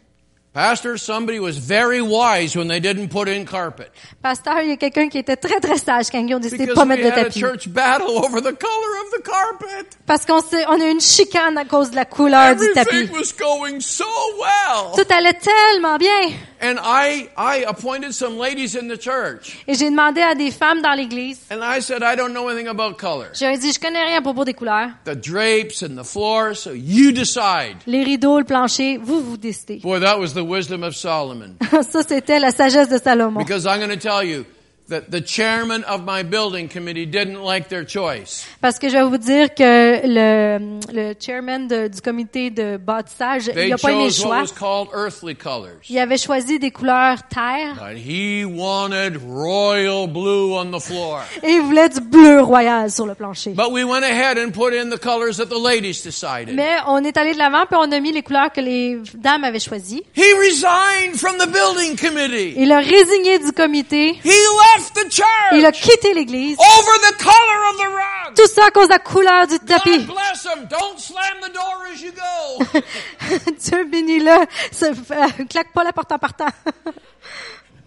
Speaker 1: Pastor, somebody was very wise when they didn't put in carpet
Speaker 2: Pasteur, il y a quelqu'un qui était très très sage quand ils ont décidé de
Speaker 1: because
Speaker 2: pas
Speaker 1: we
Speaker 2: mettre le
Speaker 1: had a
Speaker 2: tapis
Speaker 1: church battle over the color of the carpet.
Speaker 2: parce qu'on s'est- on a eu une chicane à cause de la couleur du tapis.
Speaker 1: Everything was going so well,
Speaker 2: Tout allait tellement bien.
Speaker 1: and I I appointed some ladies in the church,
Speaker 2: Et j'ai demandé à des femmes dans l'église.
Speaker 1: and I said I don't know anything about color,
Speaker 2: J'aurais dit, je connais rien à propos des couleurs.
Speaker 1: the drapes and the floor, so you decide.
Speaker 2: Les rideaux, le plancher, vous, vous décidez.
Speaker 1: Boy, that was the wisdom of Solomon.
Speaker 2: Ça, c'était la sagesse de Salomon.
Speaker 1: Because I'm going to tell you that the chairman of my building committee didn't like their choice.
Speaker 2: Parce que je vais vous dire que le, le chairman de- du comité de bâtissage,
Speaker 1: They
Speaker 2: il a pas aimé le
Speaker 1: chose what
Speaker 2: choix.
Speaker 1: was called earthly colors.
Speaker 2: Il avait choisi des couleurs terre
Speaker 1: But he wanted royal blue on the floor.
Speaker 2: et il voulait du bleu royal sur le plancher.
Speaker 1: But we went ahead and put in the colors that the ladies decided.
Speaker 2: Mais on est allé de l'avant puis on a mis les couleurs que les dames avaient choisies.
Speaker 1: He resigned from the building committee.
Speaker 2: Il a résigné du comité.
Speaker 1: He left the
Speaker 2: Il a
Speaker 1: church
Speaker 2: quitté l'église.
Speaker 1: over the color of the rug.
Speaker 2: Tout ça à cause de la couleur du tapis.
Speaker 1: God bless him. Don't slam the door as you go.
Speaker 2: Dieu bénis-le. Se- euh, claque pas la porte en partant.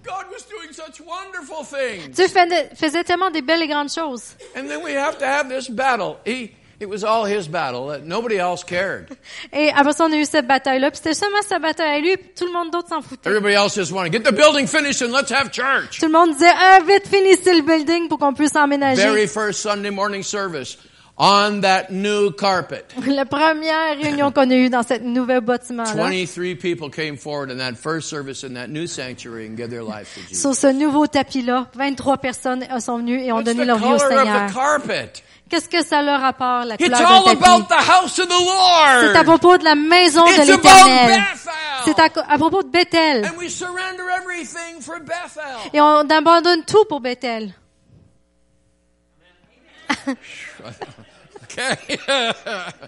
Speaker 1: God was doing such wonderful things.
Speaker 2: Dieu fait- faisait tellement des belles et grandes choses.
Speaker 1: And then we have to have this battle. He, it was all his battle. that Nobody else cared.
Speaker 2: Et après ça, on a eu cette bataille-là. Puis c'était seulement sa bataille à lui. Puis tout le monde d'autre s'en foutait.
Speaker 1: Everybody else just wanted to get the building finished and let's have church.
Speaker 2: Tout le monde disait, ah, vite, finissez le building pour qu'on puisse
Speaker 1: Very
Speaker 2: emménager.
Speaker 1: first Sunday morning service on that new carpet.
Speaker 2: La première réunion qu'on a eue dans cette nouvel bâtiment-là,
Speaker 1: 23 people came forward in that first service in that new sanctuary and gave their lives to Jesus.
Speaker 2: sur ce nouveau tapis-là, 23 personnes euh, sont venues et ont
Speaker 1: What's
Speaker 2: donné
Speaker 1: the
Speaker 2: leur vie au
Speaker 1: color of the
Speaker 2: Seigneur.
Speaker 1: carpet?
Speaker 2: Qu'est-ce que ça leur apporte, la
Speaker 1: It's
Speaker 2: couleur
Speaker 1: all
Speaker 2: d'un tapis?
Speaker 1: about the house of the
Speaker 2: C'est à
Speaker 1: Lord.
Speaker 2: propos de la maison de
Speaker 1: It's about
Speaker 2: l'Éternel. C'est à,
Speaker 1: Bethel.
Speaker 2: co- à propos de Bethel.
Speaker 1: And we surrender everything for Bethel.
Speaker 2: Et on abandonne tout pour Bethel.
Speaker 1: Okay.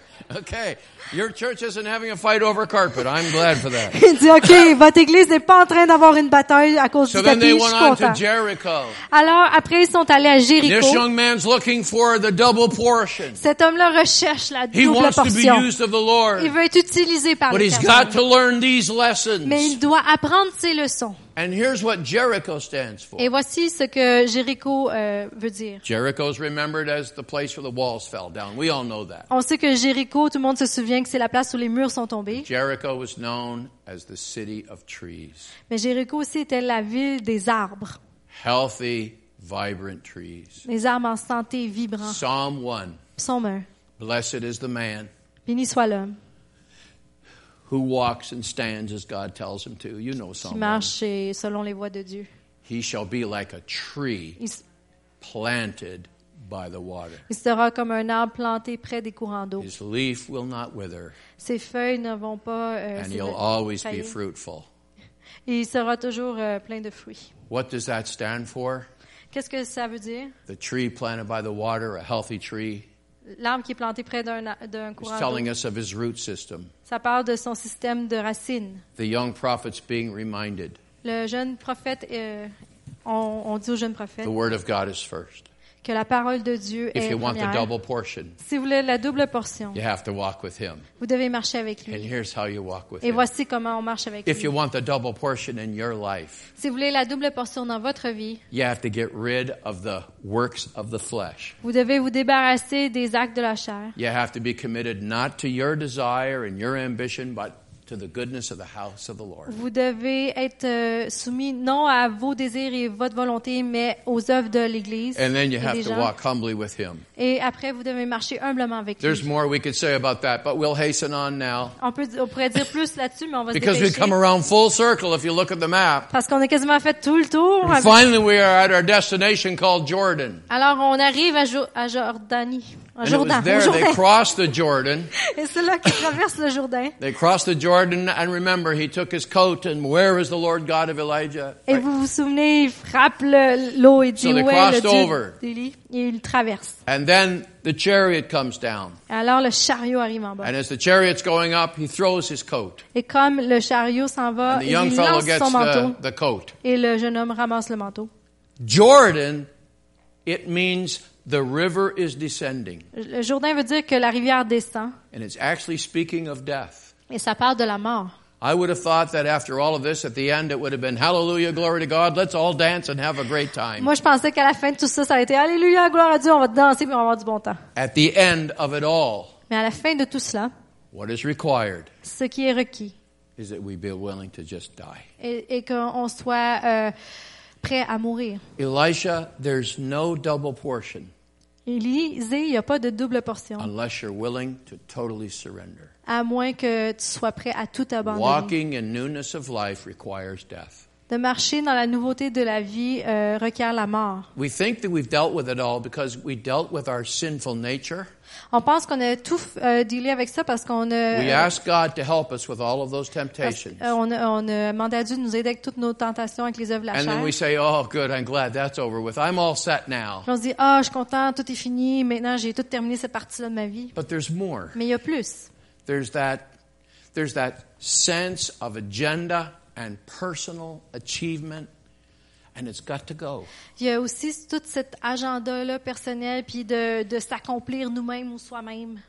Speaker 1: okay. Your church isn't having a fight over carpet. I'm glad for that.
Speaker 2: Il dit, OK, votre église n'est pas en train d'avoir une bataille à cause
Speaker 1: So
Speaker 2: du
Speaker 1: then they
Speaker 2: tapis, je suis
Speaker 1: went on to
Speaker 2: content.
Speaker 1: Jericho.
Speaker 2: Alors, après, ils sont allés à
Speaker 1: This
Speaker 2: Jéricho.
Speaker 1: young man's looking for the double portion.
Speaker 2: Cet homme-là recherche la
Speaker 1: He
Speaker 2: double
Speaker 1: wants to be
Speaker 2: portion.
Speaker 1: used of the
Speaker 2: Il
Speaker 1: Lord.
Speaker 2: veut être utilisé par
Speaker 1: But
Speaker 2: les
Speaker 1: he's got
Speaker 2: personnes.
Speaker 1: to learn these
Speaker 2: Mais
Speaker 1: lessons.
Speaker 2: il doit apprendre ses leçons.
Speaker 1: And here's what Jericho stands for.
Speaker 2: Et voici ce que Jéricho euh, veut dire.
Speaker 1: Jericho's remembered as the place where the walls fell down. We all know that.
Speaker 2: On sait que Jéricho, tout le monde se souvient que c'est la place où les murs sont tombés.
Speaker 1: Jericho was known as the city of trees.
Speaker 2: Mais Jéricho aussi était la ville des arbres.
Speaker 1: Healthy, vibrant trees.
Speaker 2: Les arbres en santé vibrants.
Speaker 1: Psalm 1.
Speaker 2: Psaume 1.
Speaker 1: Blessed is the man
Speaker 2: Béni soit l'homme
Speaker 1: who walks and stands as God tells him to. You know
Speaker 2: qui
Speaker 1: Psalm 1.
Speaker 2: marche et selon les voies de Dieu.
Speaker 1: He shall be like a tree
Speaker 2: Il s-
Speaker 1: planted by the water.
Speaker 2: Il sera comme un arbre planté près des courants d'eau.
Speaker 1: His leaf will not wither,
Speaker 2: Ses feuilles ne vont pas euh,
Speaker 1: and
Speaker 2: se
Speaker 1: he'll always be
Speaker 2: tailler.
Speaker 1: fruitful.
Speaker 2: Et il sera toujours euh, plein de fruits.
Speaker 1: What does that stand for?
Speaker 2: Qu'est-ce que ça veut dire?
Speaker 1: The tree planted by the water, a healthy tree,
Speaker 2: L'arbre qui est planté près d'un a- d'un
Speaker 1: is
Speaker 2: courant
Speaker 1: telling
Speaker 2: d'eau.
Speaker 1: us of his root system.
Speaker 2: Ça parle de son système de racines.
Speaker 1: The young prophet's being reminded
Speaker 2: Le jeune prophète, euh, on, on dit au jeune prophète
Speaker 1: the word of God is first.
Speaker 2: que la parole de Dieu
Speaker 1: If
Speaker 2: est
Speaker 1: you want the
Speaker 2: première.
Speaker 1: double portion,
Speaker 2: Si vous voulez la double portion,
Speaker 1: you have to walk with him.
Speaker 2: vous devez marcher avec
Speaker 1: And
Speaker 2: lui.
Speaker 1: here's how you walk with
Speaker 2: Et
Speaker 1: him.
Speaker 2: voici comment on marche avec
Speaker 1: If
Speaker 2: lui.
Speaker 1: you want the double portion in your life,
Speaker 2: Si vous voulez la double portion dans votre vie,
Speaker 1: you have to get rid of the works of the flesh.
Speaker 2: vous devez vous débarrasser des actes de la chair.
Speaker 1: You have to be committed not to your desire and your ambition, but to the goodness of the house of the Lord.
Speaker 2: Vous devez être euh, soumis non à vos désirs et votre volonté, mais aux œuvres de l'Église.
Speaker 1: And then you
Speaker 2: et
Speaker 1: have
Speaker 2: des
Speaker 1: to
Speaker 2: gens.
Speaker 1: walk humbly with him.
Speaker 2: Et après, vous devez marcher humblement avec
Speaker 1: There's
Speaker 2: lui.
Speaker 1: more we could say about that, but we'll hasten on now
Speaker 2: On, peut, on pourrait dire plus là-dessus, mais on va se
Speaker 1: because we
Speaker 2: dépêcher.
Speaker 1: come around full circle if you look at the map.
Speaker 2: Parce qu'on a quasiment fait tout le tour. avec-
Speaker 1: Finally, we are at our destination called Jordan.
Speaker 2: Alors, on arrive à, Jo- à Jordanie. À
Speaker 1: And it was
Speaker 2: Jordan. au
Speaker 1: there they
Speaker 2: Jourdain.
Speaker 1: crossed the Jordan.
Speaker 2: Et c'est là qu'ils traversent le Jourdain.
Speaker 1: They crossed the Jordan, and remember, he took his coat, and where is the Lord God of Elijah?
Speaker 2: Et vous vous souvenez, il frappe le- l'eau et dit,
Speaker 1: So they
Speaker 2: ouais, le
Speaker 1: crossed over.
Speaker 2: Dieu d'Élie. Et il traverse.
Speaker 1: And then the chariot comes down.
Speaker 2: Alors, le chariot arrive en bas.
Speaker 1: And as the chariot's going up, he throws his coat.
Speaker 2: Et comme le chariot s'en va,
Speaker 1: And the
Speaker 2: il
Speaker 1: young fellow
Speaker 2: lance
Speaker 1: gets
Speaker 2: son manteau.
Speaker 1: the, the coat.
Speaker 2: Et le jeune homme ramasse le manteau.
Speaker 1: Jordan, it means the river is descending.
Speaker 2: Le Jourdain veut dire que la rivière descend.
Speaker 1: And it's actually speaking of death.
Speaker 2: Et ça parle de la mort.
Speaker 1: I would have thought that after all of this, at the end, it would have been, Hallelujah, glory to God, let's all dance and have a great time.
Speaker 2: Moi, je pensais qu'à la fin de tout ça, ça a été Alléluia, gloire à Dieu, on va danser puis on va avoir du bon temps.
Speaker 1: At the end of it all,
Speaker 2: Mais à la fin de tout cela,
Speaker 1: what is required
Speaker 2: ce qui est requis
Speaker 1: is that we be willing to just die.
Speaker 2: est, est qu'on soit euh, prêt à mourir.
Speaker 1: Elisha, there's no double portion
Speaker 2: Élisée, il n'y a pas de double portion,
Speaker 1: unless you're willing to totally surrender.
Speaker 2: à moins que tu sois prêt à tout abandonner.
Speaker 1: Walking in newness of life requires death.
Speaker 2: De marcher dans la nouveauté de la vie euh, requiert la mort.
Speaker 1: We think that we've dealt with it all because we dealt with our sinful nature.
Speaker 2: On pense qu'on a tout euh, dealé avec ça parce qu'on a,
Speaker 1: We
Speaker 2: euh,
Speaker 1: ask God to help us with all of those
Speaker 2: parce- euh,
Speaker 1: temptations.
Speaker 2: on a, on a demandé à Dieu de nous aider avec toutes nos tentations, avec les œuvres de la
Speaker 1: And then
Speaker 2: chair.
Speaker 1: we say, oh, good, I'm glad that's over with. I'm all set now.
Speaker 2: Puis on se dit, ah, je suis content, tout est fini, maintenant j'ai tout terminé cette partie-là de ma vie.
Speaker 1: But there's more.
Speaker 2: Mais il y a plus.
Speaker 1: There's that, there's that sense of agenda and personal achievement, and it's got to go.
Speaker 2: Il y a aussi tout cet agenda-là personnel, puis de, de s'accomplir nous-mêmes ou soi-même.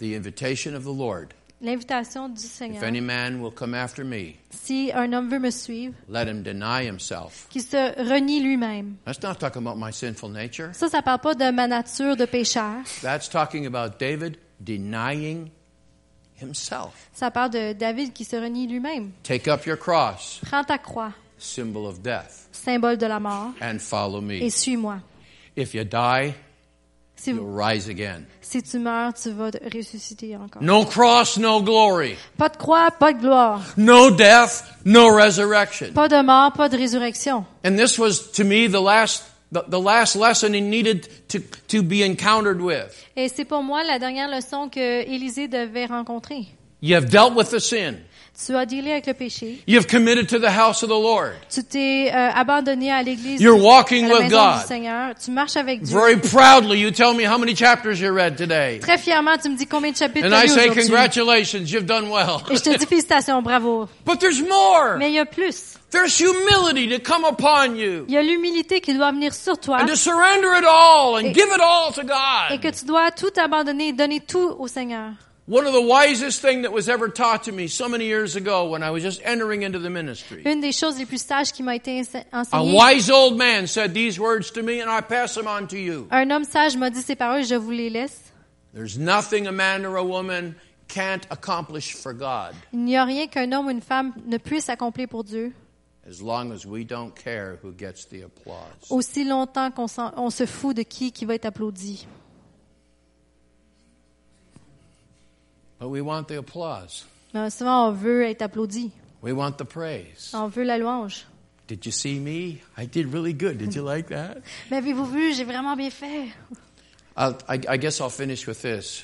Speaker 1: The invitation of the Lord.
Speaker 2: L'invitation du
Speaker 1: If
Speaker 2: Seigneur.
Speaker 1: any man will come after me,
Speaker 2: Si un homme veut me suivre,
Speaker 1: let him deny himself.
Speaker 2: qu'il se renie lui-même.
Speaker 1: That's not talking about my sinful nature.
Speaker 2: Ça, ça parle pas de ma nature de pécheur.
Speaker 1: That's talking about David denying himself.
Speaker 2: Ça parle de David qui se renie lui-même.
Speaker 1: Take up your cross,
Speaker 2: Prends ta croix,
Speaker 1: symbol of death,
Speaker 2: symbole de la mort,
Speaker 1: and follow
Speaker 2: et
Speaker 1: me.
Speaker 2: suis-moi.
Speaker 1: If you die,
Speaker 2: Si,
Speaker 1: you'll rise again.
Speaker 2: si tu meurs, tu vas te ressusciter encore.
Speaker 1: No cross, no glory.
Speaker 2: Pas de croix, pas de gloire.
Speaker 1: No death, no resurrection.
Speaker 2: Pas de mort, pas de résurrection.
Speaker 1: And this was to me the last the, the last lesson he needed to, to be encountered with.
Speaker 2: Et c'est pour moi la dernière leçon que Élisée devait rencontrer.
Speaker 1: You have dealt with the sin.
Speaker 2: Tu as dealé avec le péché.
Speaker 1: You have committed to the house of the Lord.
Speaker 2: Tu t'es euh, abandonné à l'église.
Speaker 1: You're
Speaker 2: du-
Speaker 1: walking
Speaker 2: à la
Speaker 1: with
Speaker 2: maison
Speaker 1: God.
Speaker 2: du Seigneur. Tu marches avec Dieu.
Speaker 1: Very proudly you tell me how many chapters you read today.
Speaker 2: Très fièrement, tu me dis combien de chapitres
Speaker 1: And
Speaker 2: tu as
Speaker 1: I
Speaker 2: lu
Speaker 1: say
Speaker 2: aujourd'hui.
Speaker 1: congratulations, you've done well.
Speaker 2: Et je te dis félicitations, bravo.
Speaker 1: But there's more.
Speaker 2: Mais il y a plus.
Speaker 1: There's humility to come upon you
Speaker 2: Il y a l'humilité qui doit venir sur toi
Speaker 1: and to surrender it all and
Speaker 2: Et-
Speaker 1: give it all to
Speaker 2: et que
Speaker 1: God.
Speaker 2: tu dois tout abandonner et donner tout au Seigneur.
Speaker 1: One of the wisest thing that was ever taught to me so many years ago when I was just entering into the ministry.
Speaker 2: Une des choses les plus sages qui m'a été ense-
Speaker 1: A
Speaker 2: enseignée.
Speaker 1: wise old man said these words to me, and I pass them on to you.
Speaker 2: Un homme sage m'a dit ces paroles, je vous les laisse.
Speaker 1: There's nothing a man or a woman can't accomplish for God
Speaker 2: Il n'y a rien qu'un homme ou une femme ne puisse accomplir pour Dieu
Speaker 1: as long as we don't care who gets the applause.
Speaker 2: aussi longtemps qu'on s'en- on se fout de qui qui va être applaudi.
Speaker 1: But we want the applause,
Speaker 2: Mais souvent, on veut être applaudi.
Speaker 1: we want the praise.
Speaker 2: On veut la louange.
Speaker 1: Did you see me? I did really good. Did you like that?
Speaker 2: Mais avez-vous vu, j'ai vraiment bien fait.
Speaker 1: I'll, I, I guess I'll finish with this.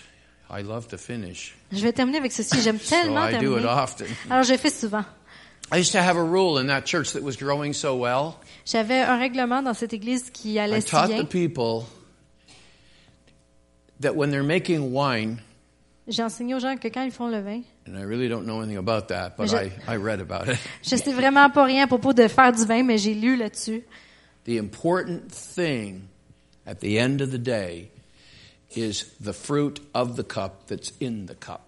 Speaker 1: I love to finish,
Speaker 2: Je vais terminer avec ceci. J'aime
Speaker 1: so
Speaker 2: tellement
Speaker 1: I do it
Speaker 2: terminer.
Speaker 1: often.
Speaker 2: Alors, je le fais souvent.
Speaker 1: I used to have a rule in that church that was growing so well.
Speaker 2: J'avais un règlement dans cette église qui
Speaker 1: I
Speaker 2: allait si
Speaker 1: taught the
Speaker 2: bien.
Speaker 1: people that when they're making wine,
Speaker 2: J'ai enseigné aux gens que quand ils font le vin,
Speaker 1: and I really don't know anything about that, but
Speaker 2: Je-
Speaker 1: I, I read about it.
Speaker 2: je sais vraiment pas rien à propos de faire du vin, mais j'ai lu là-dessus.
Speaker 1: The important thing at the end of the day is the fruit of the cup that's in the cup.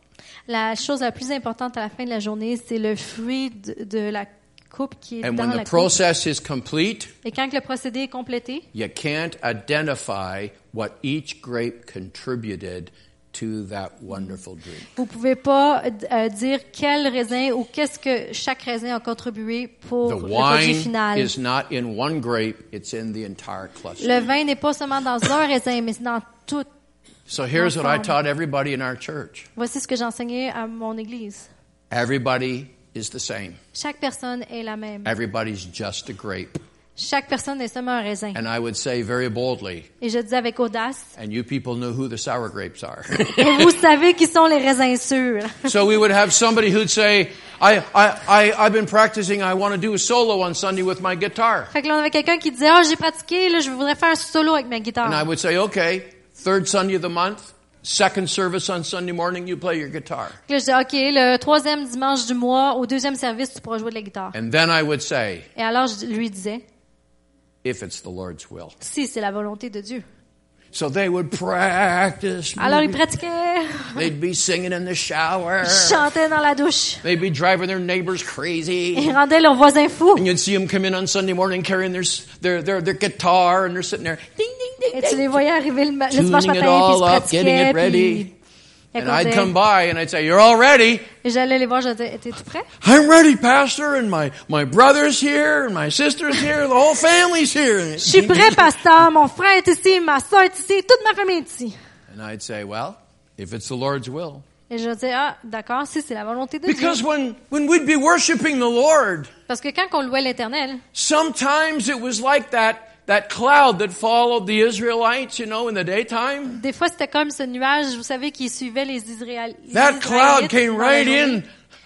Speaker 2: La chose la plus importante à la fin de la journée, c'est le fruit de, de la coupe qui est
Speaker 1: And
Speaker 2: dans
Speaker 1: when the
Speaker 2: la coupe.
Speaker 1: process is complete,
Speaker 2: Et quand le procédé est complété,
Speaker 1: you can't identify what each grape contributed to that wonderful drink.
Speaker 2: vous pouvez pas euh, dire quel raisin ou qu'est-ce que chaque raisin a contribué pour
Speaker 1: The
Speaker 2: le produit
Speaker 1: wine
Speaker 2: final.
Speaker 1: is not in one grape, it's in the entire cluster.
Speaker 2: Le vin n'est pas seulement dans un raisin, mais c'est dans tout.
Speaker 1: So here's what I
Speaker 2: Ensemble.
Speaker 1: taught everybody in our church.
Speaker 2: Voici ce que j'enseignais à mon église.
Speaker 1: Everybody is the same.
Speaker 2: Chaque personne est la même.
Speaker 1: Everybody's just a grape.
Speaker 2: Chaque personne est seulement un raisin.
Speaker 1: And I would say very boldly,
Speaker 2: Et je dis avec audace,
Speaker 1: and you people know who the sour grapes are.
Speaker 2: et vous savez qui sont les raisins sûrs.
Speaker 1: so we would have somebody who'd say, I, I, I, I've been practicing, I want to do a solo on Sunday with my guitar.
Speaker 2: Fait que là, on avait quelqu'un qui disait, ah, j'ai pratiqué, là, je voudrais faire un solo avec ma guitare.
Speaker 1: And I would say, okay, third Sunday of the month, second service on Sunday morning, you play your guitar.
Speaker 2: Fait que là, je dis, OK, le troisième dimanche du mois, au deuxième service, tu pourras jouer de la guitare.
Speaker 1: And then I would say,
Speaker 2: Et alors, je lui disais,
Speaker 1: if it's the Lord's will.
Speaker 2: si, c'est la volonté de Dieu.
Speaker 1: So they would practice.
Speaker 2: Alors, il pratiquait,
Speaker 1: They'd be singing in the shower.
Speaker 2: chantait dans la douche.
Speaker 1: They'd be driving their neighbors crazy.
Speaker 2: Il rendait leurs voisins fous.
Speaker 1: And you'd see them come in on Sunday morning carrying their, s- their, their, their guitar and they're sitting there. Ding, ding, ding,
Speaker 2: Et tu
Speaker 1: ding.
Speaker 2: les voyais arriver le, ma- le dimanche
Speaker 1: Tuning it
Speaker 2: matin, puis ils se
Speaker 1: all up, getting
Speaker 2: pratiquaient,
Speaker 1: it ready.
Speaker 2: puis... Fait
Speaker 1: And
Speaker 2: qu'on
Speaker 1: I'd
Speaker 2: disait-
Speaker 1: come by and I'd say, you're all ready.
Speaker 2: et J'allais les voir, je disais, t'es-tu prêt?
Speaker 1: I'm ready, pastor. And my, my brother's here and my sister's here. The whole family's here.
Speaker 2: Je suis prêt, pasteur. Mon frère est ici, ma soeur est ici, toute ma famille est ici.
Speaker 1: And I'd say, well, if it's the Lord's will.
Speaker 2: Et je disais, ah, d'accord, si, c'est la volonté de Dieu.
Speaker 1: Because when, when we'd be worshiping the Lord,
Speaker 2: Parce que quand on louait l'Éternel,
Speaker 1: sometimes it was like that, that cloud that followed the Israelites, you know, in the daytime.
Speaker 2: Des fois, c'était comme ce nuage, vous savez, qui suivait les Israélites.
Speaker 1: That cloud came
Speaker 2: dans la
Speaker 1: right
Speaker 2: journée.
Speaker 1: in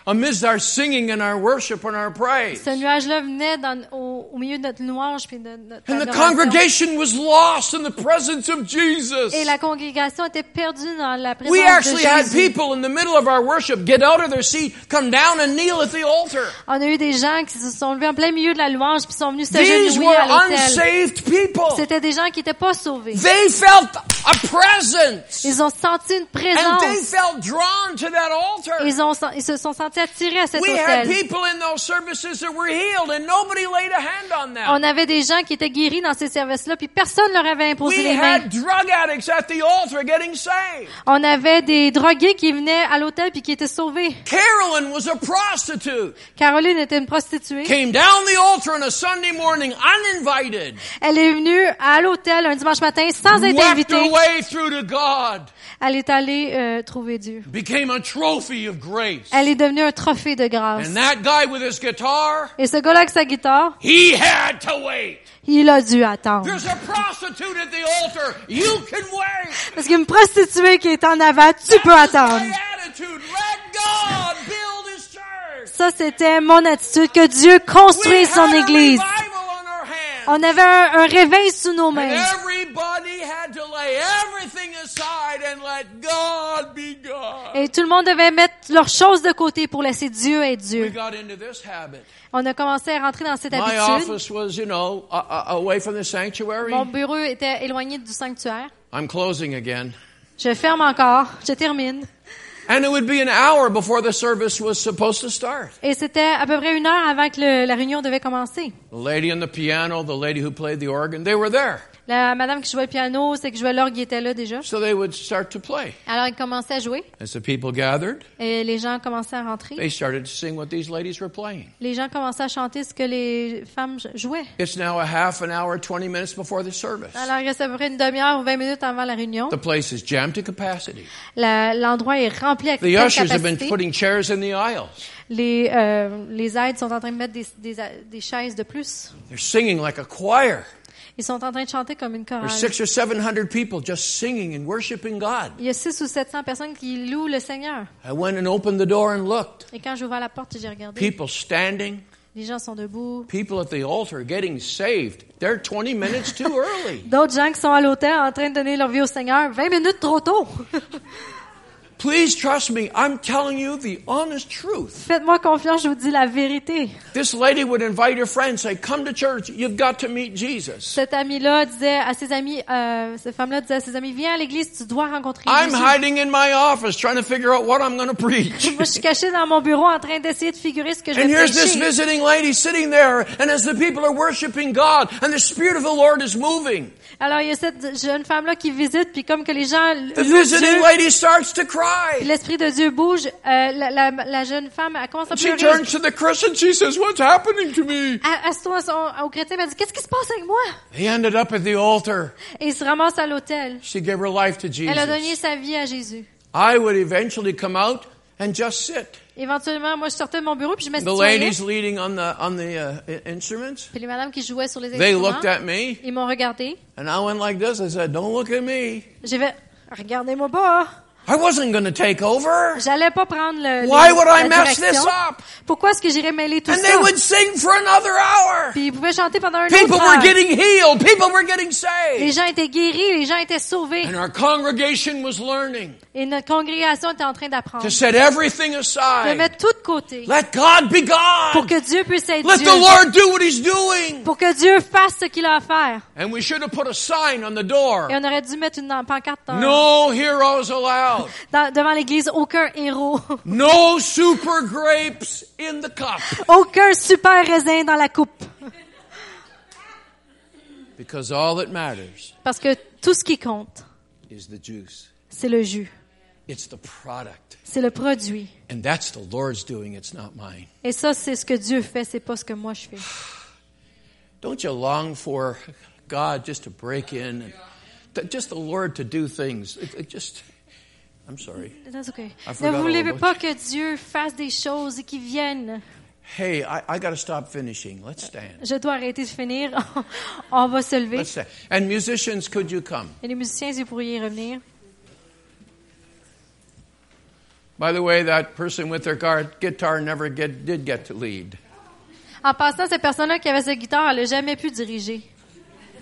Speaker 1: amidst our singing and our worship and our praise.
Speaker 2: Ce nuage-là venait dans- au, au milieu de notre louange puis de notre
Speaker 1: And the
Speaker 2: adoration.
Speaker 1: congregation was lost in the presence of
Speaker 2: Et
Speaker 1: Jesus.
Speaker 2: la congrégation était perdue dans la présence
Speaker 1: We actually
Speaker 2: de
Speaker 1: had
Speaker 2: Jésus.
Speaker 1: people in the middle of our worship get out of their seat, come down and kneel at the altar.
Speaker 2: On a eu des gens qui se sont levés en plein milieu de la louange puis sont venus
Speaker 1: These
Speaker 2: s'agenouiller
Speaker 1: were
Speaker 2: à l'autel.
Speaker 1: unsaved people.
Speaker 2: C'était des gens qui n'étaient pas sauvés.
Speaker 1: They felt a presence.
Speaker 2: Ils ont senti une
Speaker 1: And they
Speaker 2: présence.
Speaker 1: felt drawn to that altar.
Speaker 2: Ils, ont, sen- ils se sont sentis attirés à cet
Speaker 1: We had
Speaker 2: autel.
Speaker 1: people in those services that were healed and nobody laid a hand on them.
Speaker 2: On avait des gens qui étaient guéris dans ces services-là, puis personne leur avait imposé
Speaker 1: We
Speaker 2: les mains.
Speaker 1: had drug addicts at the altar getting saved.
Speaker 2: On avait des drogués qui venaient à l'hôtel puis qui étaient sauvés.
Speaker 1: Carolyn was a prostitute.
Speaker 2: Caroline était une prostituée.
Speaker 1: Came down the altar on a Sunday morning uninvited.
Speaker 2: Elle est venue à l'hôtel un dimanche matin sans être
Speaker 1: Wept her
Speaker 2: invitée.
Speaker 1: way through to God.
Speaker 2: Elle est allée euh, trouver Dieu.
Speaker 1: Became a trophy of grace.
Speaker 2: Elle est devenue un trophée de grâce.
Speaker 1: And that guy with his guitar,
Speaker 2: Et ce gars-là avec sa guitare,
Speaker 1: he had to wait.
Speaker 2: il a dû attendre.
Speaker 1: There's a prostitute at the altar. You can wait.
Speaker 2: Parce qu'une prostituée qui est en avant, tu peux
Speaker 1: That's
Speaker 2: attendre.
Speaker 1: My attitude. Let God build his church.
Speaker 2: Ça, c'était mon attitude, que Dieu
Speaker 1: We
Speaker 2: construise son
Speaker 1: had a
Speaker 2: église.
Speaker 1: revival on our hands.
Speaker 2: On avait un, un réveil sous nos
Speaker 1: And
Speaker 2: mains.
Speaker 1: everybody had to lay everything aside and let God be God.
Speaker 2: Et tout le monde devait mettre leurs choses de côté pour laisser Dieu être
Speaker 1: We
Speaker 2: Dieu.
Speaker 1: got into this habit.
Speaker 2: On a commencé à rentrer dans cette
Speaker 1: My
Speaker 2: habitude.
Speaker 1: office was, you know, a- a- away from the sanctuary.
Speaker 2: Mon bureau était éloigné du sanctuaire.
Speaker 1: I'm closing again.
Speaker 2: Je ferme encore, je termine.
Speaker 1: And it would be an hour before the service was supposed to start.
Speaker 2: Et c'était à peu près une heure avant que le- la réunion devait commencer.
Speaker 1: The lady on the piano, the lady who played the organ, they were there.
Speaker 2: La madame qui jouait le piano, c'est qui jouait l'orgue, il était là déjà.
Speaker 1: So they would start to play.
Speaker 2: Alors, il commençait à jouer
Speaker 1: As the people gathered,
Speaker 2: et les gens commençaient à rentrer.
Speaker 1: they started to sing what these ladies were playing.
Speaker 2: Les gens commençaient à chanter ce que les femmes j- jouaient.
Speaker 1: It's now a half an hour, 20 minutes before the service.
Speaker 2: Alors, il reste à peu près une demi-heure ou 20 minutes avant la réunion.
Speaker 1: The place is jammed to capacity.
Speaker 2: La- L'endroit est rempli à
Speaker 1: The
Speaker 2: pleine
Speaker 1: ushers have been
Speaker 2: capacité.
Speaker 1: putting chairs in the aisles.
Speaker 2: Les, euh, les aides sont en train de mettre des, des, des chaises de plus.
Speaker 1: They're singing like a choir.
Speaker 2: Ils sont en train de chanter comme une chorale.
Speaker 1: There's six or seven hundred people just singing and worshiping God.
Speaker 2: Il y a 6 ou 700 personnes qui louent le Seigneur.
Speaker 1: I went and opened the door and looked.
Speaker 2: Et quand j'ai ouvert la porte, j'ai regardé.
Speaker 1: People standing,
Speaker 2: Les gens sont debout.
Speaker 1: people at the altar getting saved. They're 20 minutes too early.
Speaker 2: D'autres gens qui sont à l'hôtel en train de donner leur vie au Seigneur 20 minutes trop tôt.
Speaker 1: Please trust me. I'm telling you the honest truth.
Speaker 2: Faites-moi confiance, je vous dis la vérité.
Speaker 1: This lady would invite her friends, say, come to church. You've got to meet Jesus.
Speaker 2: Cet ami-là disait à ses amis, euh, cette femme-là disait à ses amis, viens à l'église, tu dois rencontrer
Speaker 1: I'm
Speaker 2: Jésus.
Speaker 1: hiding in my office trying to figure out what I'm going to preach.
Speaker 2: Moi, je suis cachée dans mon bureau en train d'essayer de figurer ce que je vais
Speaker 1: And here's this
Speaker 2: prêcher.
Speaker 1: visiting lady sitting there, and as the people are worshiping God, and the Spirit of the Lord is moving,
Speaker 2: Alors, il y a cette jeune femme-là qui visite, puis comme que les gens
Speaker 1: the
Speaker 2: louent
Speaker 1: visiting
Speaker 2: Dieu,
Speaker 1: lady starts to
Speaker 2: puis
Speaker 1: cry.
Speaker 2: l'Esprit de Dieu bouge, euh, la, la- la jeune femme, elle commence à
Speaker 1: She
Speaker 2: pleurer.
Speaker 1: turns to the Christian, she says, What's happening to me?
Speaker 2: Elle- Elle se tourne à son- au chrétien, puis elle dit, qu'est-ce qui se passe avec moi?
Speaker 1: He ended up at the altar.
Speaker 2: Et il se ramasse à l'hôtel.
Speaker 1: She gave her life to
Speaker 2: Elle a donné
Speaker 1: Jesus.
Speaker 2: sa vie à Jésus.
Speaker 1: I would eventually come out and just sit.
Speaker 2: Éventuellement, moi, je sortais de mon bureau, puis je
Speaker 1: The
Speaker 2: m'asseyais.
Speaker 1: ladies leading on the on the uh, i- instruments,
Speaker 2: Puis les madames qui jouaient sur les
Speaker 1: they
Speaker 2: instruments,
Speaker 1: looked at me,
Speaker 2: ils m'ont regardé.
Speaker 1: and I went like this. I said, "Don't look at me.
Speaker 2: J'ai fait, regardez-moi pas.
Speaker 1: I wasn't going to take over."
Speaker 2: J'allais pas prendre le.
Speaker 1: Why
Speaker 2: le-
Speaker 1: would
Speaker 2: la
Speaker 1: I mess
Speaker 2: direction.
Speaker 1: this up?
Speaker 2: Pourquoi est-ce que j'irais mêler tout
Speaker 1: And they
Speaker 2: ça?
Speaker 1: would sing for another hour.
Speaker 2: Puis ils pouvaient chanter pendant un
Speaker 1: People
Speaker 2: autre
Speaker 1: were
Speaker 2: heure.
Speaker 1: getting healed. People were getting
Speaker 2: Les
Speaker 1: saved.
Speaker 2: gens étaient guéris, les gens étaient sauvés.
Speaker 1: And our congregation was learning
Speaker 2: Et notre congrégation était en train d'apprendre.
Speaker 1: to set everything
Speaker 2: De
Speaker 1: aside.
Speaker 2: mettre tout de côté.
Speaker 1: Let God be
Speaker 2: Pour
Speaker 1: God.
Speaker 2: que Dieu puisse être
Speaker 1: Let
Speaker 2: Dieu.
Speaker 1: the Lord do what He's doing.
Speaker 2: Pour que Dieu fasse ce qu'il a à faire.
Speaker 1: And we should have put a sign on the
Speaker 2: Et
Speaker 1: door.
Speaker 2: on aurait dû mettre une pancarte dans-
Speaker 1: No heroes allowed.
Speaker 2: dans- devant l'église. Aucun héros.
Speaker 1: No super grapes in the cup.
Speaker 2: Aucun super raisin dans la coupe.
Speaker 1: Because all that matters
Speaker 2: Parce que tout ce qui compte,
Speaker 1: is the juice.
Speaker 2: c'est le jus.
Speaker 1: It's the product.
Speaker 2: C'est le produit.
Speaker 1: And that's the Lord's doing. It's not mine.
Speaker 2: Et ça, c'est ce que Dieu fait, c'est pas ce que moi je fais.
Speaker 1: Don't you long for God just to break in and th- just the Lord to do things? It, it just, I'm sorry.
Speaker 2: That's okay.
Speaker 1: I forgot
Speaker 2: Ne vous
Speaker 1: all
Speaker 2: voulez
Speaker 1: about
Speaker 2: pas que Dieu fasse des choses et qu'il vienne.
Speaker 1: Hey, I, I got to stop finishing. Let's stand.
Speaker 2: Je dois arrêter de finir. On va se lever.
Speaker 1: Let's stand. And musicians, could you come?
Speaker 2: Et les musiciens, si vous pourriez y revenir.
Speaker 1: By the way, that person with their gar- guitar never get, did get to lead.
Speaker 2: En passant, cette personne-là qui avait sa guitare, elle n'a jamais pu diriger.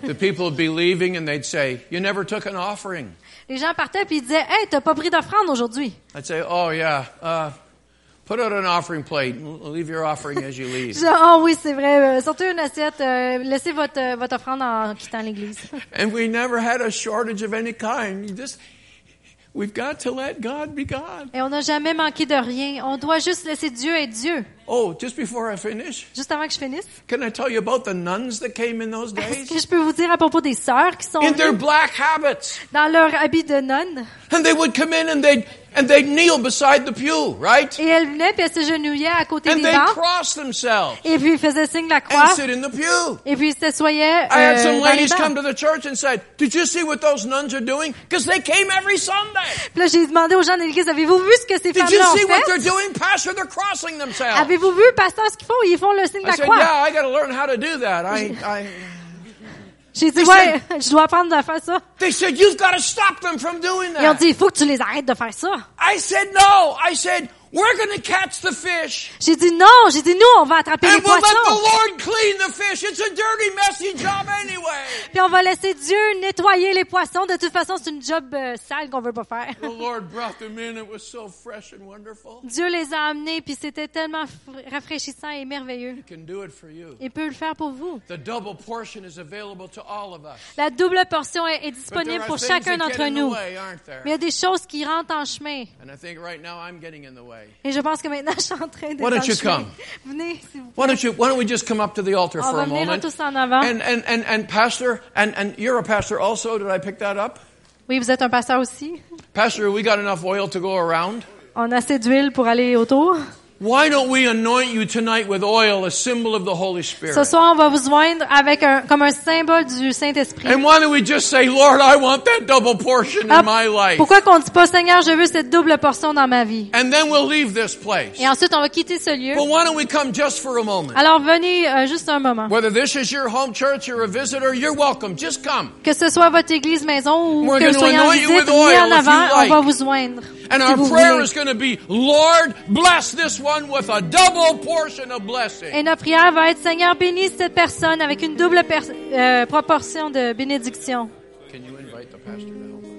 Speaker 1: The people would be leaving and they'd say, You never took an offering.
Speaker 2: Les gens partaient puis ils disaient Hey, t'as pas pris d'offrande aujourd'hui.
Speaker 1: I'd say, Oh, yeah. Uh, put out an offering plate. and Leave your offering as you
Speaker 2: Je
Speaker 1: leave.
Speaker 2: dis, Ah oui, c'est vrai. Euh, Sortez une assiette. euh, laissez votre, euh, votre offrande en quittant l'église.
Speaker 1: And we never had a shortage of any kind. You just, we've got to let God be God.
Speaker 2: Et on n'a jamais manqué de rien. On doit juste laisser Dieu être Dieu.
Speaker 1: Oh, just before I finish,
Speaker 2: Juste avant que je finisse,
Speaker 1: can I tell you about the nuns that came in those
Speaker 2: est-ce que
Speaker 1: days?
Speaker 2: je peux vous dire à propos des sœurs qui sont
Speaker 1: In their
Speaker 2: venues
Speaker 1: black habits.
Speaker 2: dans leur habit de nonne?
Speaker 1: And they would come in and they'd, and they'd kneel beside the pew, right?
Speaker 2: Et elles venaient puis elles s'agenouillaient à côté
Speaker 1: And
Speaker 2: des
Speaker 1: they'd
Speaker 2: bancs.
Speaker 1: cross themselves
Speaker 2: Et puis ils faisaient signe de la croix.
Speaker 1: and sit in the pew.
Speaker 2: Et puis ils s'assoyaient
Speaker 1: I had
Speaker 2: euh,
Speaker 1: some
Speaker 2: dans les
Speaker 1: ladies
Speaker 2: bancs.
Speaker 1: come to the church and said, did you see what those nuns are doing? Because they came every Sunday.
Speaker 2: Puis là, j'ai demandé aux gens de l'église, avez-vous vu ce que ces
Speaker 1: Did you
Speaker 2: femmes-là ont
Speaker 1: see what they're
Speaker 2: fait?
Speaker 1: doing? Pastor, they're crossing themselves.
Speaker 2: Avez-vous vu, pasteur, ce qu'ils font? Ils font le signe de
Speaker 1: I
Speaker 2: la
Speaker 1: said,
Speaker 2: croix.
Speaker 1: yeah, I got to learn how to do that. I, I,
Speaker 2: J'ai
Speaker 1: They
Speaker 2: dit, ouais, je dois apprendre à faire ça.
Speaker 1: they said, you've got to stop them from doing
Speaker 2: Ils ont
Speaker 1: that.
Speaker 2: dit, il faut que tu les arrêtes de faire ça.
Speaker 1: I said, no. I said, we're going to catch the fish.
Speaker 2: J'ai dit, non, j'ai dit, nous, on va attraper les
Speaker 1: And we'll let the
Speaker 2: poissons.
Speaker 1: Lord clean the fish. It's a dirty, messy job anyway.
Speaker 2: Puis on va laisser Dieu nettoyer les poissons. De toute façon, c'est une job euh, sale qu'on veut pas faire.
Speaker 1: The Lord brought them in. It was so fresh and wonderful. You
Speaker 2: Dieu les a amenés, puis c'était tellement fr- rafraîchissant et merveilleux.
Speaker 1: can do it for you.
Speaker 2: Il peut le faire pour vous.
Speaker 1: The double portion is available to all of us.
Speaker 2: La double portion est,
Speaker 1: But
Speaker 2: est
Speaker 1: there
Speaker 2: disponible
Speaker 1: are
Speaker 2: pour
Speaker 1: things
Speaker 2: chacun
Speaker 1: that
Speaker 2: d'entre
Speaker 1: get in the
Speaker 2: nous.
Speaker 1: way, aren't there?
Speaker 2: Mais il y a des choses qui rentrent en chemin.
Speaker 1: And I think right now I'm getting in the way.
Speaker 2: Et je pense que maintenant, je suis en train de
Speaker 1: Why don't
Speaker 2: dans le
Speaker 1: you
Speaker 2: chemin.
Speaker 1: come?
Speaker 2: Venez, s'il vous plaît.
Speaker 1: Why don't you? Why don't we just come up to the altar
Speaker 2: On
Speaker 1: for
Speaker 2: va
Speaker 1: a
Speaker 2: venir en
Speaker 1: moment?
Speaker 2: tous en avant.
Speaker 1: And and and and pastor, and and you're a pastor also. Did I pick that up?
Speaker 2: Oui, vous êtes un pasteur aussi.
Speaker 1: Pastor, we got enough oil to go around.
Speaker 2: On a assez d'huile pour aller autour.
Speaker 1: Why don't we anoint you tonight with oil, a symbol of the Holy Spirit?
Speaker 2: Ce soir, on va vous joindre avec un, comme un symbole du Saint-Esprit.
Speaker 1: And why don't we just say, Lord, I want that double portion
Speaker 2: Ah,
Speaker 1: in my life?
Speaker 2: pourquoi qu'on dit pas, Seigneur, je veux cette double portion dans ma vie?
Speaker 1: And then we'll leave this place.
Speaker 2: Et ensuite, on va quitter ce lieu.
Speaker 1: But why don't we come just for a moment?
Speaker 2: Alors, venez euh, juste un moment.
Speaker 1: Whether this is your home church or a visitor, you're welcome. Just come.
Speaker 2: Que ce soit votre église maison ou
Speaker 1: We're
Speaker 2: que vous
Speaker 1: gonna
Speaker 2: soyez en
Speaker 1: anoint you
Speaker 2: visite,
Speaker 1: with oil
Speaker 2: venez en
Speaker 1: if you
Speaker 2: avant, on
Speaker 1: like.
Speaker 2: va vous joindre.
Speaker 1: And
Speaker 2: si
Speaker 1: our
Speaker 2: vous
Speaker 1: prayer
Speaker 2: voulez.
Speaker 1: is going to be, Lord, bless this one with a double portion of blessing.
Speaker 2: Et notre prière va être, Seigneur, bénis cette personne avec une double per- euh, proportion de bénédiction.
Speaker 1: Can you invite the pastor to help us?